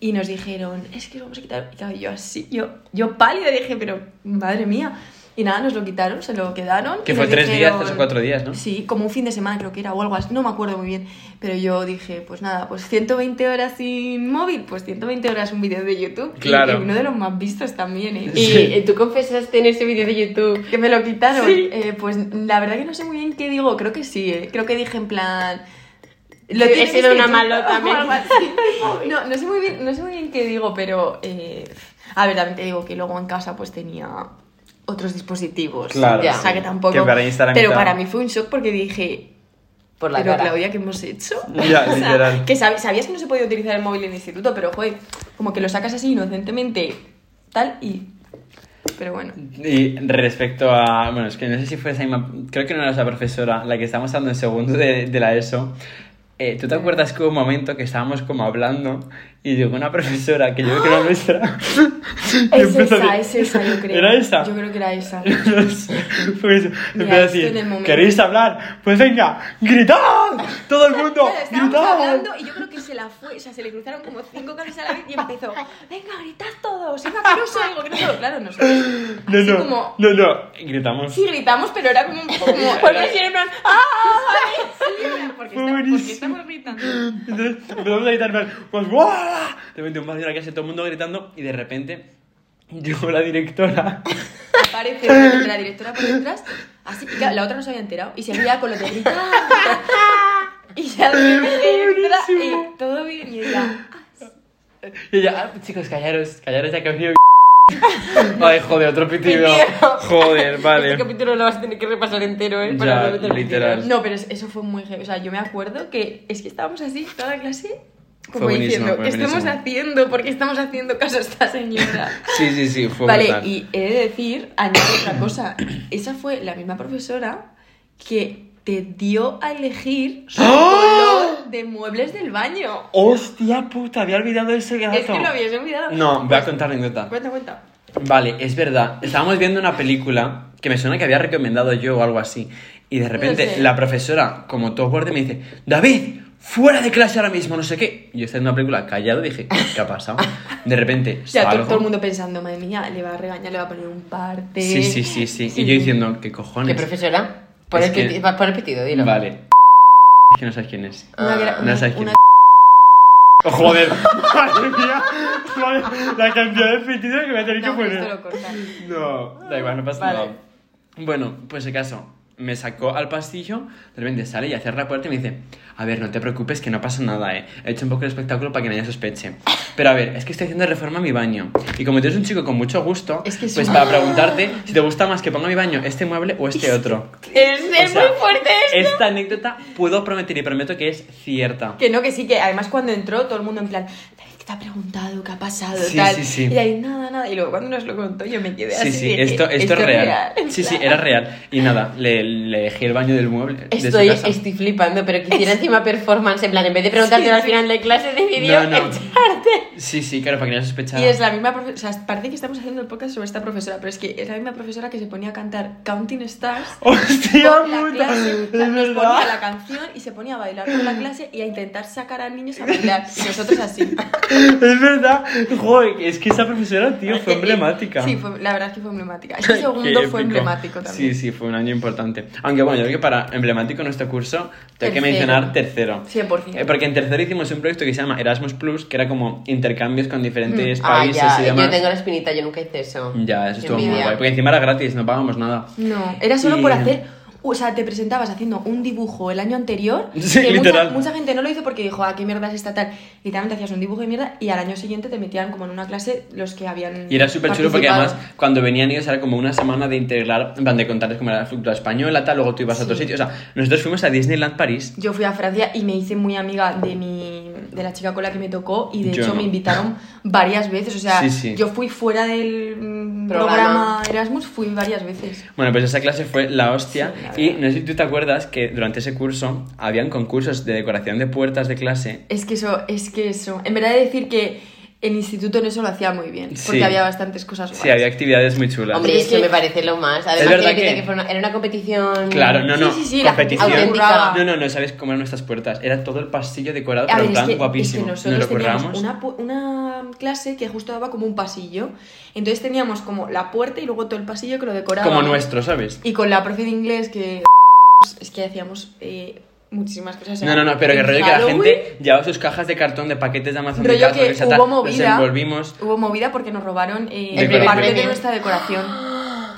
Speaker 4: y nos dijeron, es que os vamos a quitar. Y claro, yo así, yo, yo pálida dije, pero madre mía. Y nada, nos lo quitaron, se lo quedaron.
Speaker 2: Que
Speaker 4: y
Speaker 2: fue
Speaker 4: nos
Speaker 2: tres días,
Speaker 4: dijeron-
Speaker 2: tres o cuatro días, ¿no?
Speaker 4: Sí, como un fin de semana creo que era o algo así, no me acuerdo muy bien. Pero yo dije, pues nada, pues 120 horas sin móvil, pues 120 horas un vídeo de YouTube. y-
Speaker 2: Claro.
Speaker 4: Y uno de los más vistos también, ¿eh?
Speaker 3: y
Speaker 2: Sí.
Speaker 3: eh, tú confesaste en ese vídeo de YouTube.
Speaker 4: Que me lo quitaron.
Speaker 3: Sí.
Speaker 4: Eh, pues la verdad que no sé muy bien qué digo, creo que sí, ¿eh? Creo que dije en plan... Lo
Speaker 3: He
Speaker 4: tienes
Speaker 3: sido
Speaker 4: que
Speaker 3: una
Speaker 4: quitar,
Speaker 3: malota,
Speaker 4: o
Speaker 3: me-
Speaker 4: algo así. No, no sé muy bien, no sé muy bien qué digo, pero... eh, a ver, también te digo que luego en casa pues tenía otros dispositivos.
Speaker 2: Claro,
Speaker 4: O sea,
Speaker 3: sí.
Speaker 4: que tampoco...
Speaker 2: Que para Instagram y
Speaker 4: pero
Speaker 2: tal.
Speaker 4: para mí fue un shock porque dije...
Speaker 3: Por la
Speaker 4: pero
Speaker 3: cara.
Speaker 4: Claudia, ¿qué hemos hecho?
Speaker 2: Ya,
Speaker 4: O sea,
Speaker 2: literal.
Speaker 4: que sab- sabías que no se podía utilizar el móvil en el instituto, pero joder, como que lo sacas así inocentemente, tal, y... Pero bueno.
Speaker 2: Y respecto a. Bueno, es que no sé si fue esa misma. Creo que no era esa profesora, la que estábamos hablando en segundo de, de la ESO. Eh, ¿Tú te acuerdas que hubo un momento que estábamos como hablando y llegó una profesora que yo creo que era nuestra? y
Speaker 4: Es
Speaker 2: empezó a
Speaker 4: esa, es
Speaker 2: decir-
Speaker 4: esa, yo creo.
Speaker 2: ¿Era esa?
Speaker 4: Yo creo que era esa.
Speaker 2: No sé, pues empezó a
Speaker 4: esto en el
Speaker 2: decir,
Speaker 4: momento.
Speaker 2: ¿queréis hablar? Pues venga, gritad, todo el mundo,
Speaker 4: Claro, estábamos
Speaker 2: gritad.
Speaker 4: hablando y yo creo que se la fue, o sea, se le cruzaron como cinco cables a la vez y empezó, venga, gritad todos, venga, que no os oigo, que no os oigo". Claro, nosotros
Speaker 2: No,
Speaker 4: así
Speaker 2: no,
Speaker 4: como,
Speaker 2: no, no, gritamos.
Speaker 4: sí gritamos, pero era como un poco como,
Speaker 2: Bueno,
Speaker 4: sí, en plan, ¡ah! Sí, porque,
Speaker 2: Fue
Speaker 4: está- porque
Speaker 2: buenísimo.
Speaker 4: estamos gritando.
Speaker 2: Entonces empezamos a gritar, en plan, pues ¡guau! De repente un barrio de la clase, todo el mundo gritando y de repente llegó la directora.
Speaker 4: Aparece la directora por detrás, así, y claro, la otra no se había enterado y se veía con lo de gritar. gritar. Y ya de repente entra y todo bien y ella,
Speaker 2: Y ella, "Ah, chicos, pues, callaros, callaros ya que ha venido Ay, joder, otro pitido.
Speaker 3: Pitido.
Speaker 2: Joder, vale.
Speaker 3: Este capítulo lo vas a tener que repasar entero, ¿eh?
Speaker 2: Ya,
Speaker 3: no meter
Speaker 2: literal.
Speaker 3: mentiras.
Speaker 4: No, pero es- eso fue muy heavy. O sea, yo me acuerdo que es que estábamos así toda la clase como
Speaker 2: buenísimo,
Speaker 4: diciendo,
Speaker 2: fue
Speaker 4: ¿qué estamos
Speaker 2: buenísimo".
Speaker 4: haciendo? ¿Por qué estamos haciendo caso a esta señora?
Speaker 2: Sí, sí, sí, fue
Speaker 4: vale,
Speaker 2: brutal.
Speaker 4: y he de decir, añado otra cosa. Esa fue la misma profesora que te dio a elegir su
Speaker 2: ¡Ah!
Speaker 4: color de muebles del baño.
Speaker 2: ¡Hostia puta! Había olvidado ese gato.
Speaker 4: Es que lo habías olvidado.
Speaker 2: No, voy a contar anécdota.
Speaker 4: Cuenta, cuenta.
Speaker 2: Vale, es verdad. Estábamos viendo una película que me suena que había recomendado yo o algo así. Y de repente
Speaker 4: No sé.
Speaker 2: la profesora, como todo fuerte, me dice, David, fuera de clase ahora mismo, no sé qué. Y yo estaba viendo una película callado dije, ¿qué ha pasado? De repente,
Speaker 4: Ya, to-
Speaker 2: salgo.
Speaker 4: todo el mundo pensando, madre mía, le va a regañar, le va a poner un parte.
Speaker 2: Sí, sí, sí, sí. Y yo diciendo, ¿qué
Speaker 3: ¿Qué
Speaker 2: cojones?
Speaker 3: profesora? Por,
Speaker 2: Es
Speaker 3: el
Speaker 2: que-
Speaker 3: piti- va- por el pitido, dilo.
Speaker 2: Vale. Es que no sabes quién es.
Speaker 4: Ah. Una que era-
Speaker 2: No sabes quién
Speaker 4: una-
Speaker 2: es. ¡Oh, joder, madre mía, madre- la cantidad de pitidos que me a tener
Speaker 4: No, esto lo cortas.
Speaker 2: No, da igual, no pasa
Speaker 4: Vale.
Speaker 2: nada. Bueno, pues el caso, me sacó al pasillo, de repente sale y cierra la puerta y me dice, a ver, no te preocupes que no pasa nada, eh. He hecho un poco el espectáculo para que nadie sospeche. Pero a ver, es que estoy haciendo reforma a mi baño. Y como tú eres un chico con mucho gusto,
Speaker 4: Es que es
Speaker 2: pues
Speaker 4: un-
Speaker 2: para preguntarte si te gusta más que ponga en mi baño este mueble o este otro.
Speaker 4: Es, es
Speaker 2: O sea,
Speaker 4: muy fuerte esto.
Speaker 2: Esta anécdota puedo prometer y prometo que es cierta.
Speaker 4: Que no, que sí, que además cuando entró todo el mundo en plan, David, ¿qué te ha preguntado? ¿Qué ha pasado?
Speaker 2: Sí,
Speaker 4: tal.
Speaker 2: sí, sí.
Speaker 4: Y ahí nada, nada. Y luego cuando nos lo contó yo me quedé
Speaker 2: Sí,
Speaker 4: así.
Speaker 2: sí,
Speaker 4: de,
Speaker 2: esto, esto es real. Sí, sí,
Speaker 4: En
Speaker 2: era real. Y nada, le, le elegí el baño del mueble. de su
Speaker 3: Estoy,
Speaker 2: casa.
Speaker 3: estoy flipando, pero quisiera encima performance, en plan, en vez de preguntarte al final de clase, decidió
Speaker 2: No, no.
Speaker 3: echarte.
Speaker 2: Sí, sí, claro, para que no
Speaker 4: plan.
Speaker 2: sospechara.
Speaker 4: Y es la misma profesora, o sea, parece que estamos haciendo el podcast sobre esta profesora, pero es que es la misma profesora que se ponía a cantar Counting Stars.
Speaker 2: ¡Hostia
Speaker 4: por la
Speaker 2: puta!
Speaker 4: clase,
Speaker 2: Es
Speaker 4: nos
Speaker 2: verdad.
Speaker 4: ponía la canción y se ponía a bailar con la clase y a intentar sacar a niños a bailar. Y Nosotros así.
Speaker 2: Es verdad. Joder, es que esa profesora, tío, fue emblemática.
Speaker 4: Eh, Sí, fue- la verdad es que fue emblemática. Ese
Speaker 2: Qué
Speaker 4: segundo
Speaker 2: épico.
Speaker 4: fue emblemático
Speaker 2: Sí,
Speaker 4: también.
Speaker 2: sí, fue un año importante. Aunque bueno, yo creo que para emblemático nuestro curso, tengo que
Speaker 4: Tercero.
Speaker 2: mencionar tercero.
Speaker 4: 100%.
Speaker 2: Eh, Porque en tercero hicimos un proyecto que se llama Erasmus Plus, que era como intercambios con
Speaker 4: Mm.
Speaker 2: diferentes
Speaker 3: Ah,
Speaker 2: países
Speaker 3: ya,
Speaker 2: y demás.
Speaker 3: yo tengo la espinita, yo nunca hice eso.
Speaker 2: Ya, eso
Speaker 3: Qué
Speaker 2: estuvo muy
Speaker 3: envidia.
Speaker 2: guay. Porque encima era gratis, no pagábamos nada.
Speaker 4: No, era solo
Speaker 2: Y-
Speaker 4: por hacer. O sea, te presentabas haciendo un dibujo el año anterior.
Speaker 2: Sí,
Speaker 4: que
Speaker 2: literal.
Speaker 4: Mucha, mucha gente no lo hizo porque dijo, ah, qué mierda es esta tal. Literalmente hacías un dibujo de mierda y al año siguiente te metían como en una clase los que habían.
Speaker 2: Y era súper chulo porque además
Speaker 4: participado.
Speaker 2: cuando venían ellos era como una semana de integrar, en plan de contarles cómo era la cultura española, tal, luego tú ibas a otro
Speaker 4: Sí.
Speaker 2: sitio. O sea, nosotros fuimos a Disneyland París.
Speaker 4: Yo fui a Francia y me hice muy amiga de mi de la chica con la que me tocó y de
Speaker 2: Yo
Speaker 4: hecho
Speaker 2: no.
Speaker 4: me invitaron varias veces. O sea,
Speaker 2: Sí, sí.
Speaker 4: yo fui fuera del mm,
Speaker 3: Programa.
Speaker 4: programa Erasmus, fui varias veces.
Speaker 2: Bueno, pues esa clase fue la hostia.
Speaker 4: Sí, la
Speaker 2: y
Speaker 4: verdad.
Speaker 2: no sé si tú te acuerdas que durante ese curso habían concursos de decoración de puertas de clase.
Speaker 4: Es que eso, es que eso. En verdad he de decir que el instituto en eso lo hacía muy bien. Porque
Speaker 2: Sí.
Speaker 4: había bastantes cosas
Speaker 2: Sí,
Speaker 4: guays.
Speaker 2: había actividades muy chulas.
Speaker 3: Hombre,
Speaker 4: Es
Speaker 3: eso
Speaker 4: que-
Speaker 3: me parece lo más. Además,
Speaker 2: verdad
Speaker 3: tiene que,
Speaker 2: que-
Speaker 3: ser que fue una- era una competición.
Speaker 2: Claro, no,
Speaker 4: Sí,
Speaker 2: no.
Speaker 4: sí, sí, la gente se
Speaker 2: competición.
Speaker 3: curraba.
Speaker 2: No, no, no sabes cómo eran nuestras puertas. Era todo el pasillo decorado,
Speaker 4: A
Speaker 2: pero
Speaker 4: ver,
Speaker 2: en
Speaker 4: es
Speaker 2: plan
Speaker 4: que,
Speaker 2: guapísimo.
Speaker 4: es que
Speaker 2: Nos
Speaker 4: nosotros
Speaker 2: lo
Speaker 4: teníamos
Speaker 2: curramos.
Speaker 4: una, pu- una clase que justo daba como un pasillo. Entonces teníamos como la puerta y luego todo el pasillo que lo decoraba.
Speaker 2: Como nuestro, ¿sabes?
Speaker 4: Y con la profe de inglés que... Es que hacíamos eh, muchísimas cosas.
Speaker 2: No, no, no, pero que
Speaker 4: En
Speaker 2: rollo que la
Speaker 4: Halloween,
Speaker 2: gente llevaba sus cajas de cartón de paquetes de Amazon de
Speaker 4: Rollo
Speaker 2: casa,
Speaker 4: que
Speaker 2: sea,
Speaker 4: hubo
Speaker 2: tal,
Speaker 4: movida.
Speaker 2: Los envolvimos.
Speaker 4: Hubo movida porque nos robaron eh,
Speaker 2: El primer
Speaker 4: parte de
Speaker 3: premio.
Speaker 4: nuestra decoración.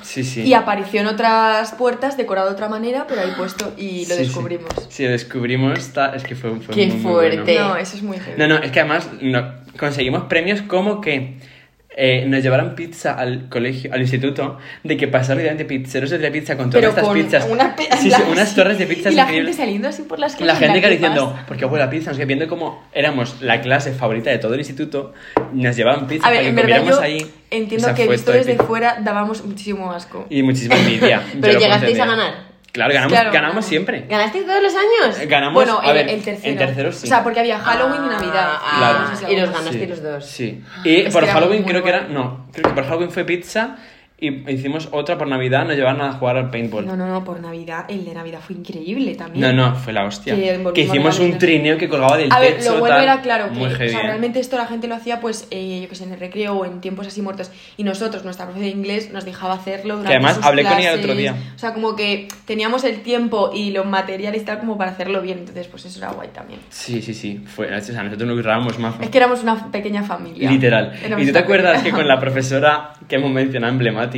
Speaker 2: Sí, sí.
Speaker 4: Y apareció en otras puertas, decorado de otra manera, pero ahí puesto
Speaker 2: Sí,
Speaker 4: y lo
Speaker 2: sí.
Speaker 4: descubrimos.
Speaker 2: Sí, lo descubrimos. está- Es que fue, fue
Speaker 3: Qué
Speaker 2: muy, muy
Speaker 3: fuerte.
Speaker 2: bueno.
Speaker 4: No, eso es muy heavy.
Speaker 2: No, no, es que además no- conseguimos premios como que eh, nos llevaron pizza al colegio, al instituto, de que pasaron delante pizzeros de la pizza con todas
Speaker 4: Pero
Speaker 2: estas
Speaker 4: con
Speaker 2: pizzas.
Speaker 4: una pi-
Speaker 2: sí, sí,
Speaker 4: la-
Speaker 2: unas torres de pizzas
Speaker 4: Y la gente
Speaker 2: increíbles.
Speaker 4: saliendo así por las calles.
Speaker 2: La gente
Speaker 4: en
Speaker 2: que
Speaker 4: plan, ¿qué
Speaker 2: diciendo,
Speaker 4: pasa?
Speaker 2: ¿por qué huele a pizza? No sé, qué, viendo cómo éramos la clase favorita de todo el instituto, nos llevaban pizza
Speaker 4: A ver,
Speaker 2: para
Speaker 4: en
Speaker 2: que
Speaker 4: verdad
Speaker 2: comiéramos
Speaker 4: yo
Speaker 2: ahí.
Speaker 4: entiendo
Speaker 2: O sea,
Speaker 4: que
Speaker 2: fue
Speaker 4: visto
Speaker 2: todo
Speaker 4: desde
Speaker 2: épico.
Speaker 4: fuera dábamos muchísimo asco.
Speaker 2: Y muchísima envidia. yo
Speaker 3: Pero
Speaker 2: lo puedo
Speaker 3: llegasteis a
Speaker 2: entender.
Speaker 3: ganar.
Speaker 2: Claro, ganamos,
Speaker 4: Claro,
Speaker 2: ganamos
Speaker 4: ganamos.
Speaker 2: siempre.
Speaker 3: ¿Ganasteis todos los años?
Speaker 2: Eh, Ganamos,
Speaker 4: bueno,
Speaker 2: a
Speaker 4: el,
Speaker 2: ver,
Speaker 4: el tercero.
Speaker 2: en tercero sí.
Speaker 4: O sea, porque había Halloween y Navidad.
Speaker 3: Ah,
Speaker 2: Claro.
Speaker 4: No sé si
Speaker 3: Y los
Speaker 4: algo más.
Speaker 3: ganaste
Speaker 2: Sí,
Speaker 3: los dos.
Speaker 2: Sí. Y
Speaker 4: Ah, Es
Speaker 2: por
Speaker 4: que era
Speaker 2: Halloween
Speaker 4: muy
Speaker 2: creo que era.
Speaker 4: bueno.
Speaker 2: No, creo que por Halloween fue pizza y hicimos otra por Navidad. Nos llevaron a jugar al paintball.
Speaker 4: No, no, no, por Navidad. El de Navidad fue increíble también.
Speaker 2: No, no, fue la hostia.
Speaker 4: Que
Speaker 2: Que,
Speaker 4: envolvimos
Speaker 2: hicimos un
Speaker 4: regalos.
Speaker 2: trineo que colgaba del
Speaker 4: A ver,
Speaker 2: techo.
Speaker 4: lo bueno
Speaker 2: tal.
Speaker 4: era claro que
Speaker 2: Muy
Speaker 4: o sea,
Speaker 2: heavy. ¿eh?
Speaker 4: realmente esto la gente lo hacía, pues, eh, yo que sé, en el recreo o en tiempos así muertos. Y nosotros, nuestra profe de inglés, nos dejaba hacerlo durante
Speaker 2: además
Speaker 4: sus
Speaker 2: hablé con ella el
Speaker 4: clases.
Speaker 2: otro día.
Speaker 4: O sea, como que teníamos el tiempo y los materiales y tal como para hacerlo bien. Entonces, pues eso era guay también.
Speaker 2: Sí, sí, sí. Fue, o sea, nosotros nos grabamos mazo.
Speaker 4: Es que éramos una pequeña familia.
Speaker 2: Literal.
Speaker 4: Éramos
Speaker 2: ¿Y tú te
Speaker 4: una
Speaker 2: acuerdas que
Speaker 4: pequeña-
Speaker 2: con la profesora que hemos mencionado emblemática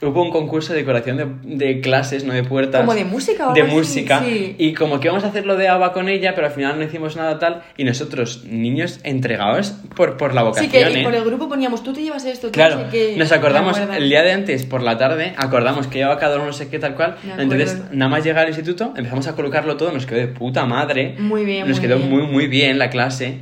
Speaker 2: hubo un concurso de decoración de, de clases, no de puertas.
Speaker 4: Como de música o
Speaker 2: De
Speaker 4: algo así,
Speaker 2: música.
Speaker 4: sí.
Speaker 2: Y como que íbamos a hacerlo de ABA con ella, pero al final no hicimos nada tal. Y nosotros, niños entregados por, por la
Speaker 4: Sí,
Speaker 2: vocación,
Speaker 4: que
Speaker 2: ¿eh?
Speaker 4: por el grupo poníamos, tú te llevas esto, tú no
Speaker 2: Claro,
Speaker 4: sé qué.
Speaker 2: nos
Speaker 4: Me
Speaker 2: acordamos
Speaker 4: acuerdo.
Speaker 2: el día de antes por la tarde, acordamos que llevaba cada uno no sé qué tal cual.
Speaker 4: Me acuerdo.
Speaker 2: Entonces, nada más llegar al instituto, empezamos a colocarlo todo, nos quedó de puta madre.
Speaker 4: Muy bien,
Speaker 2: Nos
Speaker 4: muy
Speaker 2: quedó
Speaker 4: bien.
Speaker 2: muy, muy bien la clase.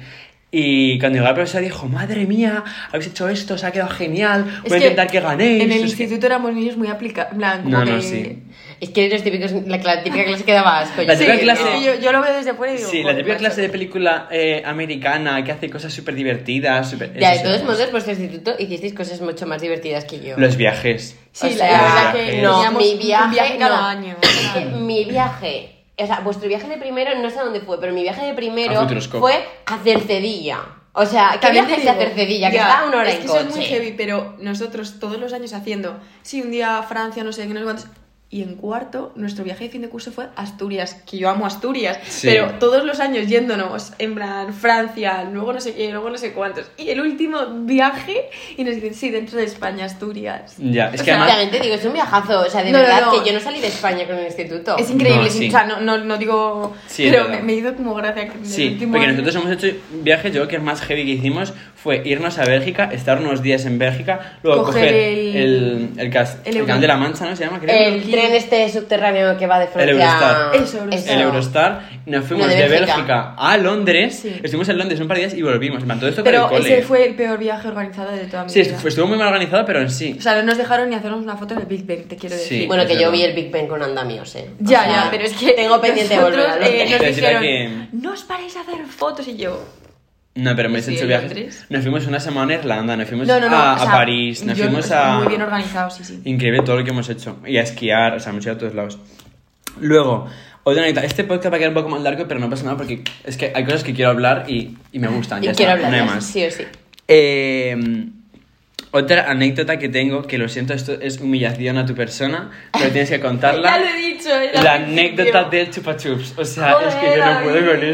Speaker 2: Y cuando llegó la profesora dijo, madre mía, habéis hecho esto, se ha quedado genial, voy
Speaker 4: Es
Speaker 2: a intentar que ganéis.
Speaker 4: En el
Speaker 2: es que-
Speaker 4: instituto éramos niños muy aplicados.
Speaker 2: No, no, sí.
Speaker 3: Es que los típicos, la, cla- típica clase que daba asco.
Speaker 2: La
Speaker 3: yo
Speaker 2: típica
Speaker 3: creo que
Speaker 2: clase-
Speaker 3: no.
Speaker 4: es que yo, yo lo veo desde fuera y digo.
Speaker 2: Sí, la
Speaker 4: "Joder,
Speaker 2: típica
Speaker 4: macho".
Speaker 2: clase de película eh, americana que hace cosas súper divertidas. súper-
Speaker 3: Ya, de
Speaker 2: esos
Speaker 3: todos
Speaker 2: éramos.
Speaker 3: modos, vuestro instituto hicisteis cosas mucho más divertidas que yo.
Speaker 2: Los Ah, viajes.
Speaker 4: Sí,
Speaker 3: O
Speaker 4: la
Speaker 3: sea,
Speaker 4: la que
Speaker 2: no,
Speaker 4: teníamos
Speaker 3: mi
Speaker 4: un
Speaker 3: viaje,
Speaker 4: cada
Speaker 3: no.
Speaker 4: año.
Speaker 3: Es que mi viaje, o sea, vuestro viaje de primero, no sé dónde fue, pero mi viaje de
Speaker 2: A
Speaker 3: primero
Speaker 2: Futuroscope.
Speaker 3: fue a Cercedilla. O sea, ¿qué
Speaker 4: También
Speaker 3: viaje es
Speaker 4: te
Speaker 3: a
Speaker 4: Ah, digo,
Speaker 3: Cercedilla? Que
Speaker 4: ya,
Speaker 3: está a una hora
Speaker 4: es
Speaker 3: en
Speaker 4: que
Speaker 3: coche.
Speaker 4: eso es muy heavy, pero nosotros todos los años haciendo, sí, un día a Francia, no sé qué, no sé cuántos. Y en cuarto, nuestro viaje de fin de curso fue a Asturias, que yo amo Asturias,
Speaker 2: Sí.
Speaker 4: pero todos los años yéndonos en plan Francia, luego no sé qué, luego no sé cuántos. Y el último viaje, y nos dicen, sí, dentro de España, Asturias.
Speaker 2: Ya, es que
Speaker 4: O sea,
Speaker 2: además.
Speaker 3: También te digo, es un viajazo. O sea, de
Speaker 4: No, no,
Speaker 3: verdad
Speaker 4: no.
Speaker 3: que yo no salí de España con el instituto.
Speaker 4: Es increíble,
Speaker 2: No,
Speaker 4: sí,
Speaker 2: sí.
Speaker 4: o sea, no, no, no digo.
Speaker 2: Sí, es
Speaker 4: pero
Speaker 2: verdad.
Speaker 4: me, me hizo como gracia que en el
Speaker 2: Sí,
Speaker 4: último
Speaker 2: porque
Speaker 4: año-
Speaker 2: nosotros hemos hecho viajes, yo creo que el más heavy que hicimos fue irnos a Bélgica, estar unos días en Bélgica, luego
Speaker 4: Coger
Speaker 2: coger,
Speaker 4: el-
Speaker 2: el, el, cas-
Speaker 4: el
Speaker 2: el
Speaker 4: Euro-
Speaker 2: canal de la Mancha, ¿no? Se llama, creo.
Speaker 3: El tren este subterráneo que va de Francia.
Speaker 2: Eurostar.
Speaker 4: Eso, Eurostar.
Speaker 2: El Eurostar, nos fuimos
Speaker 3: No, de
Speaker 2: de, Bélgica.
Speaker 3: Bélgica.
Speaker 2: a Londres,
Speaker 4: Sí.
Speaker 2: estuvimos en Londres un par de días y volvimos. En plan, todo esto con el
Speaker 4: Pero
Speaker 2: cole.
Speaker 4: ese fue el peor viaje organizado de toda mi
Speaker 2: Sí,
Speaker 4: vida.
Speaker 2: estu- estuvo muy mal organizado, pero en sí.
Speaker 4: O sea, no nos dejaron ni hacernos una foto de Big Bang, te quiero decir.
Speaker 2: Sí.
Speaker 3: Bueno, que
Speaker 2: es
Speaker 3: yo
Speaker 2: verdad.
Speaker 3: vi el Big Ben con andamios, eh. O
Speaker 4: Ya,
Speaker 3: sea,
Speaker 4: ya, pero es que.
Speaker 3: Tengo pendiente de volver a
Speaker 4: nosotros, eh,
Speaker 3: Londres.
Speaker 4: nos
Speaker 2: Pero será
Speaker 4: dijeron,
Speaker 2: que-
Speaker 4: no os paréis a hacer fotos y yo.
Speaker 2: No, pero hemos
Speaker 4: Sí,
Speaker 2: hecho
Speaker 4: en
Speaker 2: viajes.
Speaker 4: Londres.
Speaker 2: Nos fuimos una semana a Irlanda, nos fuimos
Speaker 4: No, no, no.
Speaker 2: a,
Speaker 4: o sea,
Speaker 2: a París, nos
Speaker 4: yo-
Speaker 2: fuimos a.
Speaker 4: Muy bien organizado, sí, sí.
Speaker 2: Increíble todo lo que hemos hecho. Y a esquiar, o sea, hemos ido a todos lados. Luego, otra anécdota. Este podcast va a quedar un poco más largo, pero no pasa nada porque es que hay cosas que quiero hablar y, y me gustan.
Speaker 3: y
Speaker 2: ya
Speaker 3: quiero
Speaker 2: está,
Speaker 3: hablar
Speaker 2: No hay más.
Speaker 3: sí o sí.
Speaker 2: Eh, otra anécdota que tengo, que lo siento, esto es humillación a tu persona, pero tienes que contarla.
Speaker 4: Ya lo he dicho. era
Speaker 2: La
Speaker 4: al principio.
Speaker 2: anécdota del chupa chups. O sea, es que
Speaker 4: Joder,
Speaker 2: yo no puedo con
Speaker 4: David.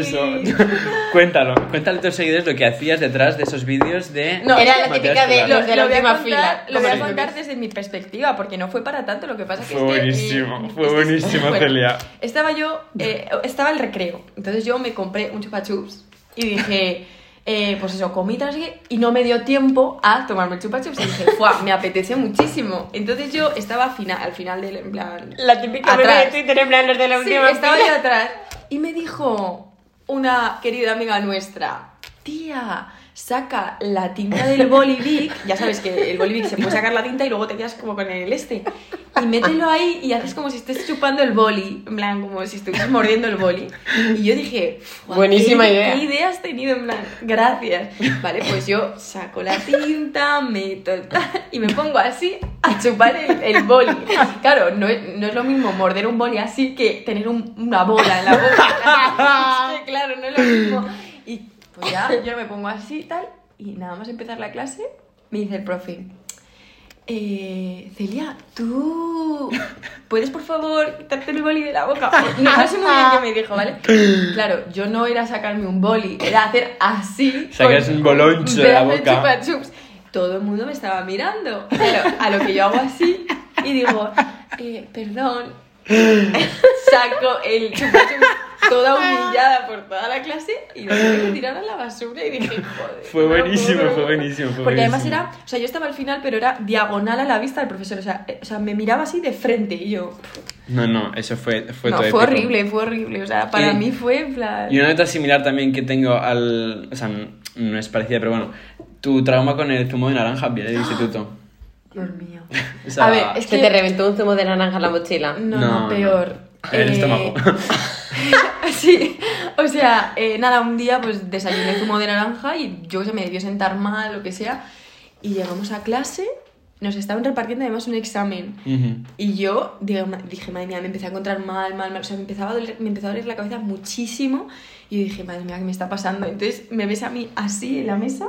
Speaker 2: eso. cuéntalo, cuéntale a tus seguidores lo que hacías detrás de esos vídeos de.
Speaker 4: No,
Speaker 3: Era
Speaker 4: sí,
Speaker 3: la
Speaker 2: Mateo
Speaker 3: típica de
Speaker 2: Escolar.
Speaker 3: los de la
Speaker 4: voy a
Speaker 3: última
Speaker 4: contar-
Speaker 3: fila.
Speaker 4: Lo voy a
Speaker 2: Sí.
Speaker 4: contar desde mi perspectiva, porque no fue para tanto. Lo que pasa que
Speaker 2: Fue
Speaker 4: es que, eh,
Speaker 2: buenísimo, fue
Speaker 4: este es-
Speaker 2: buenísimo, Celia.
Speaker 4: Estaba yo, eh, estaba el recreo. Entonces yo me compré un chupa chups y dije, eh, pues eso, comí tal, no sé qué, y no me dio tiempo a tomarme el chupa chups. Y dije, ¡guau! Me apetece muchísimo. Entonces yo estaba fina- al final del. En plan,
Speaker 3: La típica
Speaker 4: Atrás.
Speaker 3: meme de Twitter en plan los de la
Speaker 4: Sí,
Speaker 3: última
Speaker 4: estaba
Speaker 3: fila.
Speaker 4: yo atrás. Y me dijo una querida amiga nuestra, tía, saca la tinta del Bolivic. Ya sabes que el Bolivic se puede sacar la tinta y luego te quedas como con el este. Y mételo ahí y haces como si estés chupando el boli. En plan, como si estuvieses mordiendo el boli. Y yo dije, "Fua,
Speaker 3: Buenísima
Speaker 4: ¿qué-
Speaker 3: idea".
Speaker 4: ¿Qué idea has tenido? En plan, gracias. Vale, pues yo saco la tinta, meto el tal, y me pongo así a chupar el, el boli. Claro, no es, no es lo mismo morder un boli así que tener un- una bola en la boca. Es que, claro, no es lo mismo. Y pues ya, yo me pongo así y tal. Y nada más empezar la clase, me dice el profe, eh, Celia, tú puedes por favor quitarte el boli de la boca. No, no sé muy bien qué me dijo, ¿vale? Claro, yo no era sacarme un boli, era hacer así.
Speaker 2: Sacas
Speaker 4: con
Speaker 2: un boloncho de
Speaker 4: pedazo
Speaker 2: la boca.
Speaker 4: chupa chups. Todo el mundo me estaba mirando, pero a lo que yo hago así y digo, eh, perdón, saco el chupa chups toda humillada por toda la clase y lo tuve que tirar a la basura y dije, joder.
Speaker 2: Fue
Speaker 4: no puedo,
Speaker 2: buenísimo,
Speaker 4: no
Speaker 2: fue
Speaker 4: puedo".
Speaker 2: buenísimo, fue
Speaker 4: Porque además
Speaker 2: buenísimo.
Speaker 4: era o sea, yo estaba al final, pero era diagonal a la vista del profesor. O sea, eh, o sea me miraba así de frente y yo.
Speaker 2: No, no, eso fue, fue
Speaker 4: no,
Speaker 2: todo
Speaker 4: fue
Speaker 2: épico.
Speaker 4: horrible, fue horrible. O sea, para
Speaker 2: Y-
Speaker 4: mí fue en plan.
Speaker 2: Y una nota similar también que tengo al. O sea, n- no es parecida, pero bueno. Tu trauma con el zumo de naranja viene del instituto.
Speaker 4: Dios mío.
Speaker 2: O sea,
Speaker 4: a ver, es
Speaker 3: Se
Speaker 4: que.
Speaker 3: te reventó un zumo de naranja en la mochila.
Speaker 4: No, no, peor.
Speaker 2: El
Speaker 4: Eh,
Speaker 2: estómago.
Speaker 4: sí, o sea, eh, nada, un día pues desayuné zumo de naranja y yo que sé, me debió sentar mal, lo que sea. Y llegamos a clase, nos estaban repartiendo además un examen.
Speaker 2: Ujú.
Speaker 4: Y yo digo, ma- dije, madre mía, me empecé a encontrar mal, mal, mal. O sea, me empezaba a doler, me empezó a doler la cabeza muchísimo. Y yo dije, madre mía, ¿qué me está pasando? Entonces me ves a mí así en la mesa,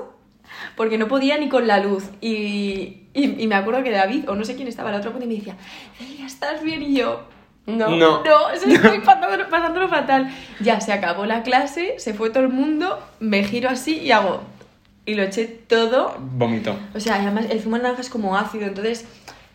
Speaker 4: porque no podía ni con la luz. Y, y- y me acuerdo que David, o no sé quién estaba al otro punto, y me decía, Celia, ¿estás bien? Y yo, no, no,
Speaker 2: No.
Speaker 4: o sea, estoy pasándolo, pasándolo fatal. Ya se acabó la clase, se fue todo el mundo, me giro así y hago. Y lo eché todo
Speaker 2: Vómito.
Speaker 4: o sea, y además el zumo de naranja es como ácido, entonces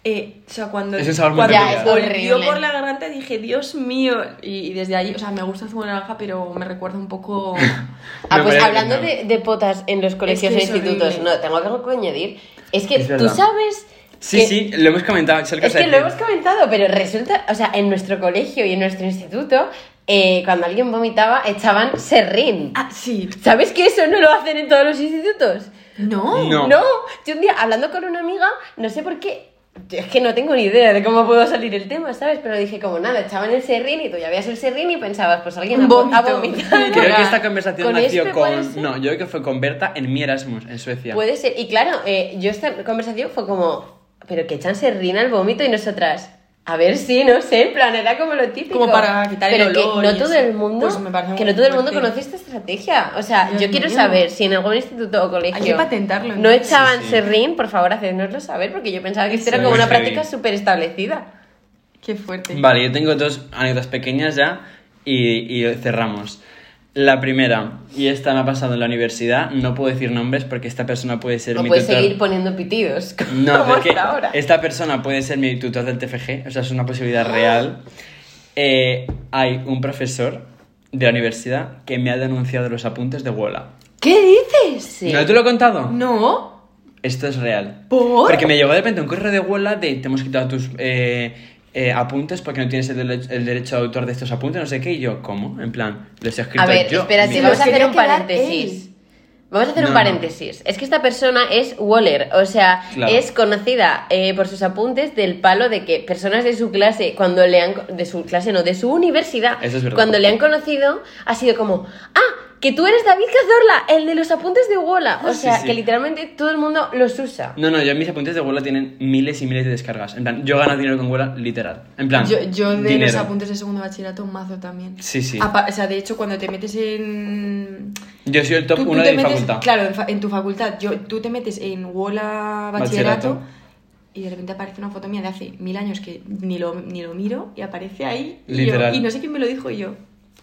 Speaker 4: eh, o sea, cuando,
Speaker 2: Es un sabor muy
Speaker 4: cuando
Speaker 2: peculiar.
Speaker 3: Ya, es
Speaker 4: volvió
Speaker 3: horrible.
Speaker 4: por la garganta dije, Dios mío. Y, y desde ahí, o sea, me gusta el zumo de naranja, pero me recuerda un poco.
Speaker 3: Ah,
Speaker 2: Me
Speaker 3: pues
Speaker 2: parece que
Speaker 3: hablando
Speaker 2: no.
Speaker 3: de, de potas en los colegios
Speaker 4: que es
Speaker 3: e institutos,
Speaker 4: horrible.
Speaker 3: no, tengo algo que añadir. Es que
Speaker 2: Es
Speaker 3: tú
Speaker 2: verdad.
Speaker 3: sabes.
Speaker 2: Sí,
Speaker 3: que-
Speaker 2: sí, lo hemos comentado. Es, lo que
Speaker 3: Es
Speaker 2: os iba a
Speaker 3: que lo hemos
Speaker 2: decir.
Speaker 3: comentado, pero resulta, o sea, en nuestro colegio y en nuestro instituto, eh, cuando alguien vomitaba, echaban serrín.
Speaker 4: Ah, sí.
Speaker 3: ¿Sabes que eso no lo hacen en todos los institutos?
Speaker 4: No.
Speaker 2: No.
Speaker 3: No, yo un día hablando con una amiga, no sé por qué, es que no tengo ni idea de cómo puedo salir el tema, ¿sabes? Pero dije como nada, echaban el serrín y tú ya veías el serrín y pensabas, pues alguien ha,
Speaker 4: Vómito.
Speaker 3: ha vomitado.
Speaker 2: Creo que
Speaker 3: Ah.
Speaker 2: esta conversación
Speaker 3: Con
Speaker 2: nació
Speaker 3: este puede
Speaker 2: con.
Speaker 3: ser.
Speaker 2: No, yo creo que fue con Berta en mi Erasmus, en Suecia.
Speaker 3: Puede ser, y claro, eh, yo esta conversación fue como, pero que echan serrín al vómito y nosotras... A ver si, no sé, en plan, era como lo típico.
Speaker 4: Como para quitar el
Speaker 3: Pero que
Speaker 4: olor
Speaker 3: no
Speaker 4: y
Speaker 3: todo
Speaker 4: eso.
Speaker 3: el mundo,
Speaker 4: Pues me parece
Speaker 3: que
Speaker 4: muy
Speaker 3: no todo el mundo
Speaker 4: fuerte.
Speaker 3: conocía esta estrategia. O sea,
Speaker 4: Dios
Speaker 3: yo quiero
Speaker 4: mío.
Speaker 3: saber si en algún instituto o colegio
Speaker 4: Hay que patentarlo,
Speaker 3: no
Speaker 4: entonces.
Speaker 3: echaban
Speaker 2: Sí, sí.
Speaker 3: serrín, por favor, hacednoslo saber, porque yo pensaba que esto era
Speaker 2: Sí,
Speaker 3: como
Speaker 2: muy
Speaker 3: una
Speaker 2: heavy.
Speaker 3: práctica súper establecida.
Speaker 4: Qué fuerte.
Speaker 2: Vale, yo tengo dos anécdotas pequeñas ya y, y cerramos. La primera, y esta me ha pasado en la universidad, no puedo decir nombres porque esta persona puede ser
Speaker 3: No
Speaker 2: mi
Speaker 3: puedes
Speaker 2: tutor.
Speaker 3: seguir poniendo pitidos,
Speaker 2: No,
Speaker 3: como
Speaker 2: pero es que
Speaker 3: hasta ahora.
Speaker 2: esta persona puede ser mi tutor del TFG, o sea, es una posibilidad real. Eh, hay un profesor de la universidad que me ha denunciado los apuntes de Wola.
Speaker 4: ¿Qué dices?
Speaker 3: Sí.
Speaker 2: ¿No te lo he contado?
Speaker 4: No.
Speaker 2: Esto es real.
Speaker 4: ¿Por?
Speaker 2: Porque me llegó de repente un correo de Wola de te hemos quitado tus eh, eh, apuntes porque no tienes el, dele- el derecho de autor de estos apuntes, no sé qué, y yo, ¿cómo? En plan, los he escrito
Speaker 3: A ver,
Speaker 2: yo.
Speaker 3: espérate,
Speaker 2: mira.
Speaker 3: vamos a
Speaker 4: Los
Speaker 3: hacer
Speaker 4: quería
Speaker 3: un
Speaker 4: quedar
Speaker 3: paréntesis.
Speaker 4: él.
Speaker 3: Vamos a hacer
Speaker 2: No,
Speaker 3: un
Speaker 2: no.
Speaker 3: paréntesis. Es que esta persona es Waller, o sea,
Speaker 2: Claro.
Speaker 3: es conocida eh, por sus apuntes del palo de que personas de su clase, cuando le han. de su clase, no, de su universidad,
Speaker 2: Eso es verdad.
Speaker 3: cuando le han conocido, ha sido como. ¡Ah! Que tú eres David Cazorla, el de los apuntes de Wola. O
Speaker 2: Sí,
Speaker 3: sea,
Speaker 2: sí.
Speaker 3: que literalmente todo el mundo los usa.
Speaker 2: No, no, yo mis apuntes de Wola tienen miles y miles de descargas. En plan, yo gano dinero con Wola, literal. En plan,
Speaker 4: Yo, yo de los
Speaker 2: dinero.
Speaker 4: apuntes de segundo de bachillerato, un mazo también.
Speaker 2: Sí, sí.
Speaker 4: Apa- o sea, de hecho, cuando te metes en.
Speaker 2: Yo soy el top
Speaker 4: Tú- tú
Speaker 2: 1
Speaker 4: te
Speaker 2: de mi
Speaker 4: metes-
Speaker 2: facultad.
Speaker 4: Claro, en, fa- en tu facultad. Yo, tú te metes en Wola Bachillerato,
Speaker 2: Bachillerato.
Speaker 4: y de repente aparece una foto mía de hace mil años que ni lo, ni lo miro y aparece ahí. y yo-
Speaker 2: Literal.
Speaker 4: y no sé quién me lo dijo y yo.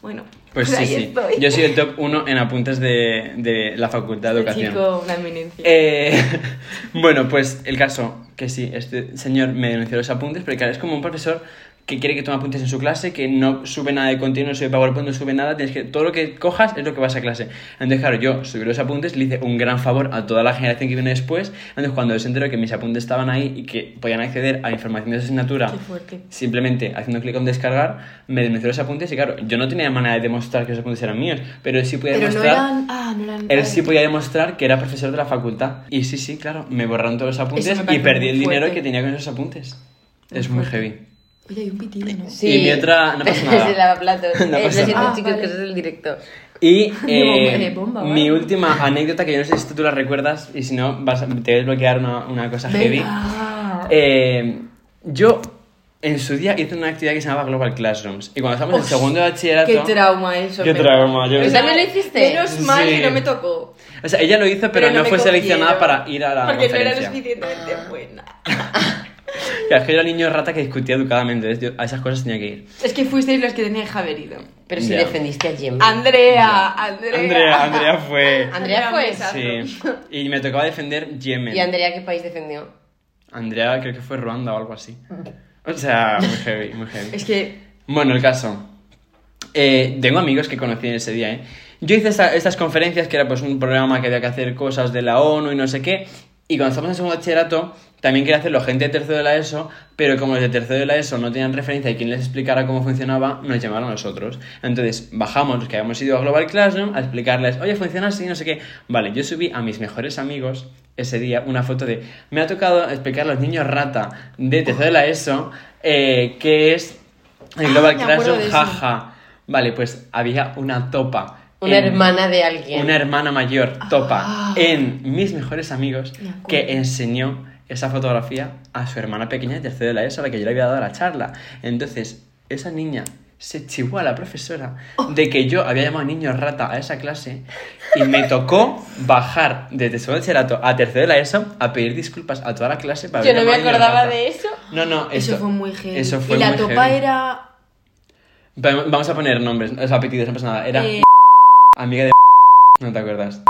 Speaker 4: Bueno,
Speaker 2: Pues sí,
Speaker 4: ahí
Speaker 2: sí.
Speaker 4: estoy.
Speaker 2: Yo soy el top 1 en apuntes de, de la facultad de
Speaker 4: Este
Speaker 2: educación.
Speaker 4: chico, una eminencia.
Speaker 2: Eh, bueno, pues el caso que sí, este señor me denunció los apuntes, pero claro, es como un profesor que quiere que tome apuntes en su clase, que no sube nada de contenido, no sube PowerPoint, no sube nada, tienes que todo lo que cojas es lo que vas a clase. Entonces, claro, yo subí los apuntes, le hice un gran favor a toda la generación que viene después. Entonces, cuando se enteró que mis apuntes estaban ahí y que podían acceder a información de su asignatura,
Speaker 4: Qué fuerte.
Speaker 2: simplemente haciendo clic en descargar, me denunció los apuntes y claro, yo no tenía manera de demostrar que los apuntes eran míos, pero él sí podía
Speaker 4: Pero no
Speaker 2: demostrar
Speaker 4: eran. Ah, no eran.
Speaker 2: él sí podía demostrar que era profesor de la facultad. Y sí, sí, claro, me borraron todos los apuntes
Speaker 4: Eso me
Speaker 2: y
Speaker 4: parece
Speaker 2: perdí
Speaker 4: muy
Speaker 2: el dinero
Speaker 4: fuerte.
Speaker 2: que tenía con esos apuntes.
Speaker 4: Muy
Speaker 2: es muy
Speaker 4: fuerte.
Speaker 2: heavy.
Speaker 4: Oye, hay un pitido, ¿no?
Speaker 2: Y mi otra- no pasa
Speaker 3: Es
Speaker 2: nada.
Speaker 3: el lavaplatos.
Speaker 2: No
Speaker 3: Eh, lo
Speaker 2: pasa
Speaker 3: siento,
Speaker 4: nada.
Speaker 3: chicos,
Speaker 4: Ah, vale.
Speaker 3: que eso es el directo.
Speaker 2: Y eh,
Speaker 4: hombre, bomba,
Speaker 2: mi
Speaker 4: vale.
Speaker 2: última anécdota, que yo no sé si tú la recuerdas y si no, vas a- te voy a desbloquear una, una cosa heavy.
Speaker 4: Venga.
Speaker 2: Eh, yo en su día hice una actividad que se llamaba Global Classrooms. Y cuando estábamos en
Speaker 4: Uf,
Speaker 2: segundo de bachillerato.
Speaker 4: Qué trauma eso.
Speaker 2: Qué
Speaker 4: me-
Speaker 2: trauma, yo-
Speaker 3: ¿Tú también lo hiciste?
Speaker 4: Menos mal
Speaker 2: Sí.
Speaker 4: que no me tocó.
Speaker 2: O sea, ella lo hizo, pero, no,
Speaker 4: me
Speaker 2: fue seleccionada
Speaker 4: cogieron,
Speaker 2: para ir a la
Speaker 4: Porque no era lo
Speaker 2: conferencia.
Speaker 4: suficientemente buena.
Speaker 2: Claro, es que yo era el niño rata que discutía educadamente. entonces yo a esas cosas tenía que ir.
Speaker 4: Es que fuisteis los que teníais que haber ido.
Speaker 3: Pero si
Speaker 2: Ya.
Speaker 3: defendiste a Gemma.
Speaker 4: Andrea, Andrea.
Speaker 2: Andrea, Andrea fue.
Speaker 3: Andrea fue.
Speaker 4: Mesa.
Speaker 2: Sí. Y me tocaba defender Yemen.
Speaker 3: ¿Y Andrea qué país defendió?
Speaker 2: Andrea creo que fue Ruanda o algo así.
Speaker 3: Mm.
Speaker 2: O sea, muy heavy, muy heavy.
Speaker 4: Es que
Speaker 2: Bueno, el caso. Eh, tengo amigos que conocí en ese día, ¿eh? Yo hice esta- estas conferencias que era pues un programa que había que hacer cosas de la ONU y no sé qué. Y cuando estábamos en segundo bachillerato, también quería hacerlo gente de tercero de la ESO, pero como los de tercero de la ESO no tenían referencia y quien les explicara cómo funcionaba, nos llamaron a nosotros. Entonces bajamos los que habíamos ido a Global Classroom a explicarles, oye, funciona así, no sé qué. Vale, yo subí a mis mejores amigos ese día una foto de, me ha tocado explicar a los niños rata de tercero de la ESO eh, qué es el
Speaker 4: Ah,
Speaker 2: Global
Speaker 4: me acuerdo
Speaker 2: Classroom,
Speaker 4: de eso.
Speaker 2: jaja. Ah, vale, pues había una topa.
Speaker 3: Una
Speaker 2: en-
Speaker 3: hermana de alguien.
Speaker 2: Una hermana mayor, topa,
Speaker 4: Ah.
Speaker 2: en mis mejores amigos,
Speaker 4: Me acuerdo.
Speaker 2: que enseñó esa fotografía a su hermana pequeña de tercero de la ESO, a la que yo le había dado la charla. Entonces, esa niña se chivó a la profesora
Speaker 4: Oh.
Speaker 2: de que yo había llamado niño rata a esa clase y me tocó bajar desde segundo bachillerato a tercero de la ESO a pedir disculpas a toda la clase para
Speaker 3: Yo no me acordaba
Speaker 2: eso
Speaker 3: de eso.
Speaker 2: no, no,
Speaker 4: eso
Speaker 2: esto-
Speaker 4: fue muy heavy.
Speaker 2: Eso fue
Speaker 4: y la
Speaker 2: muy
Speaker 4: topa
Speaker 2: heavy.
Speaker 4: era.
Speaker 2: Va- Vamos a poner nombres, o sea, apellidos, no pasa nada. Era
Speaker 4: eh,
Speaker 2: amiga de. No te acuerdas.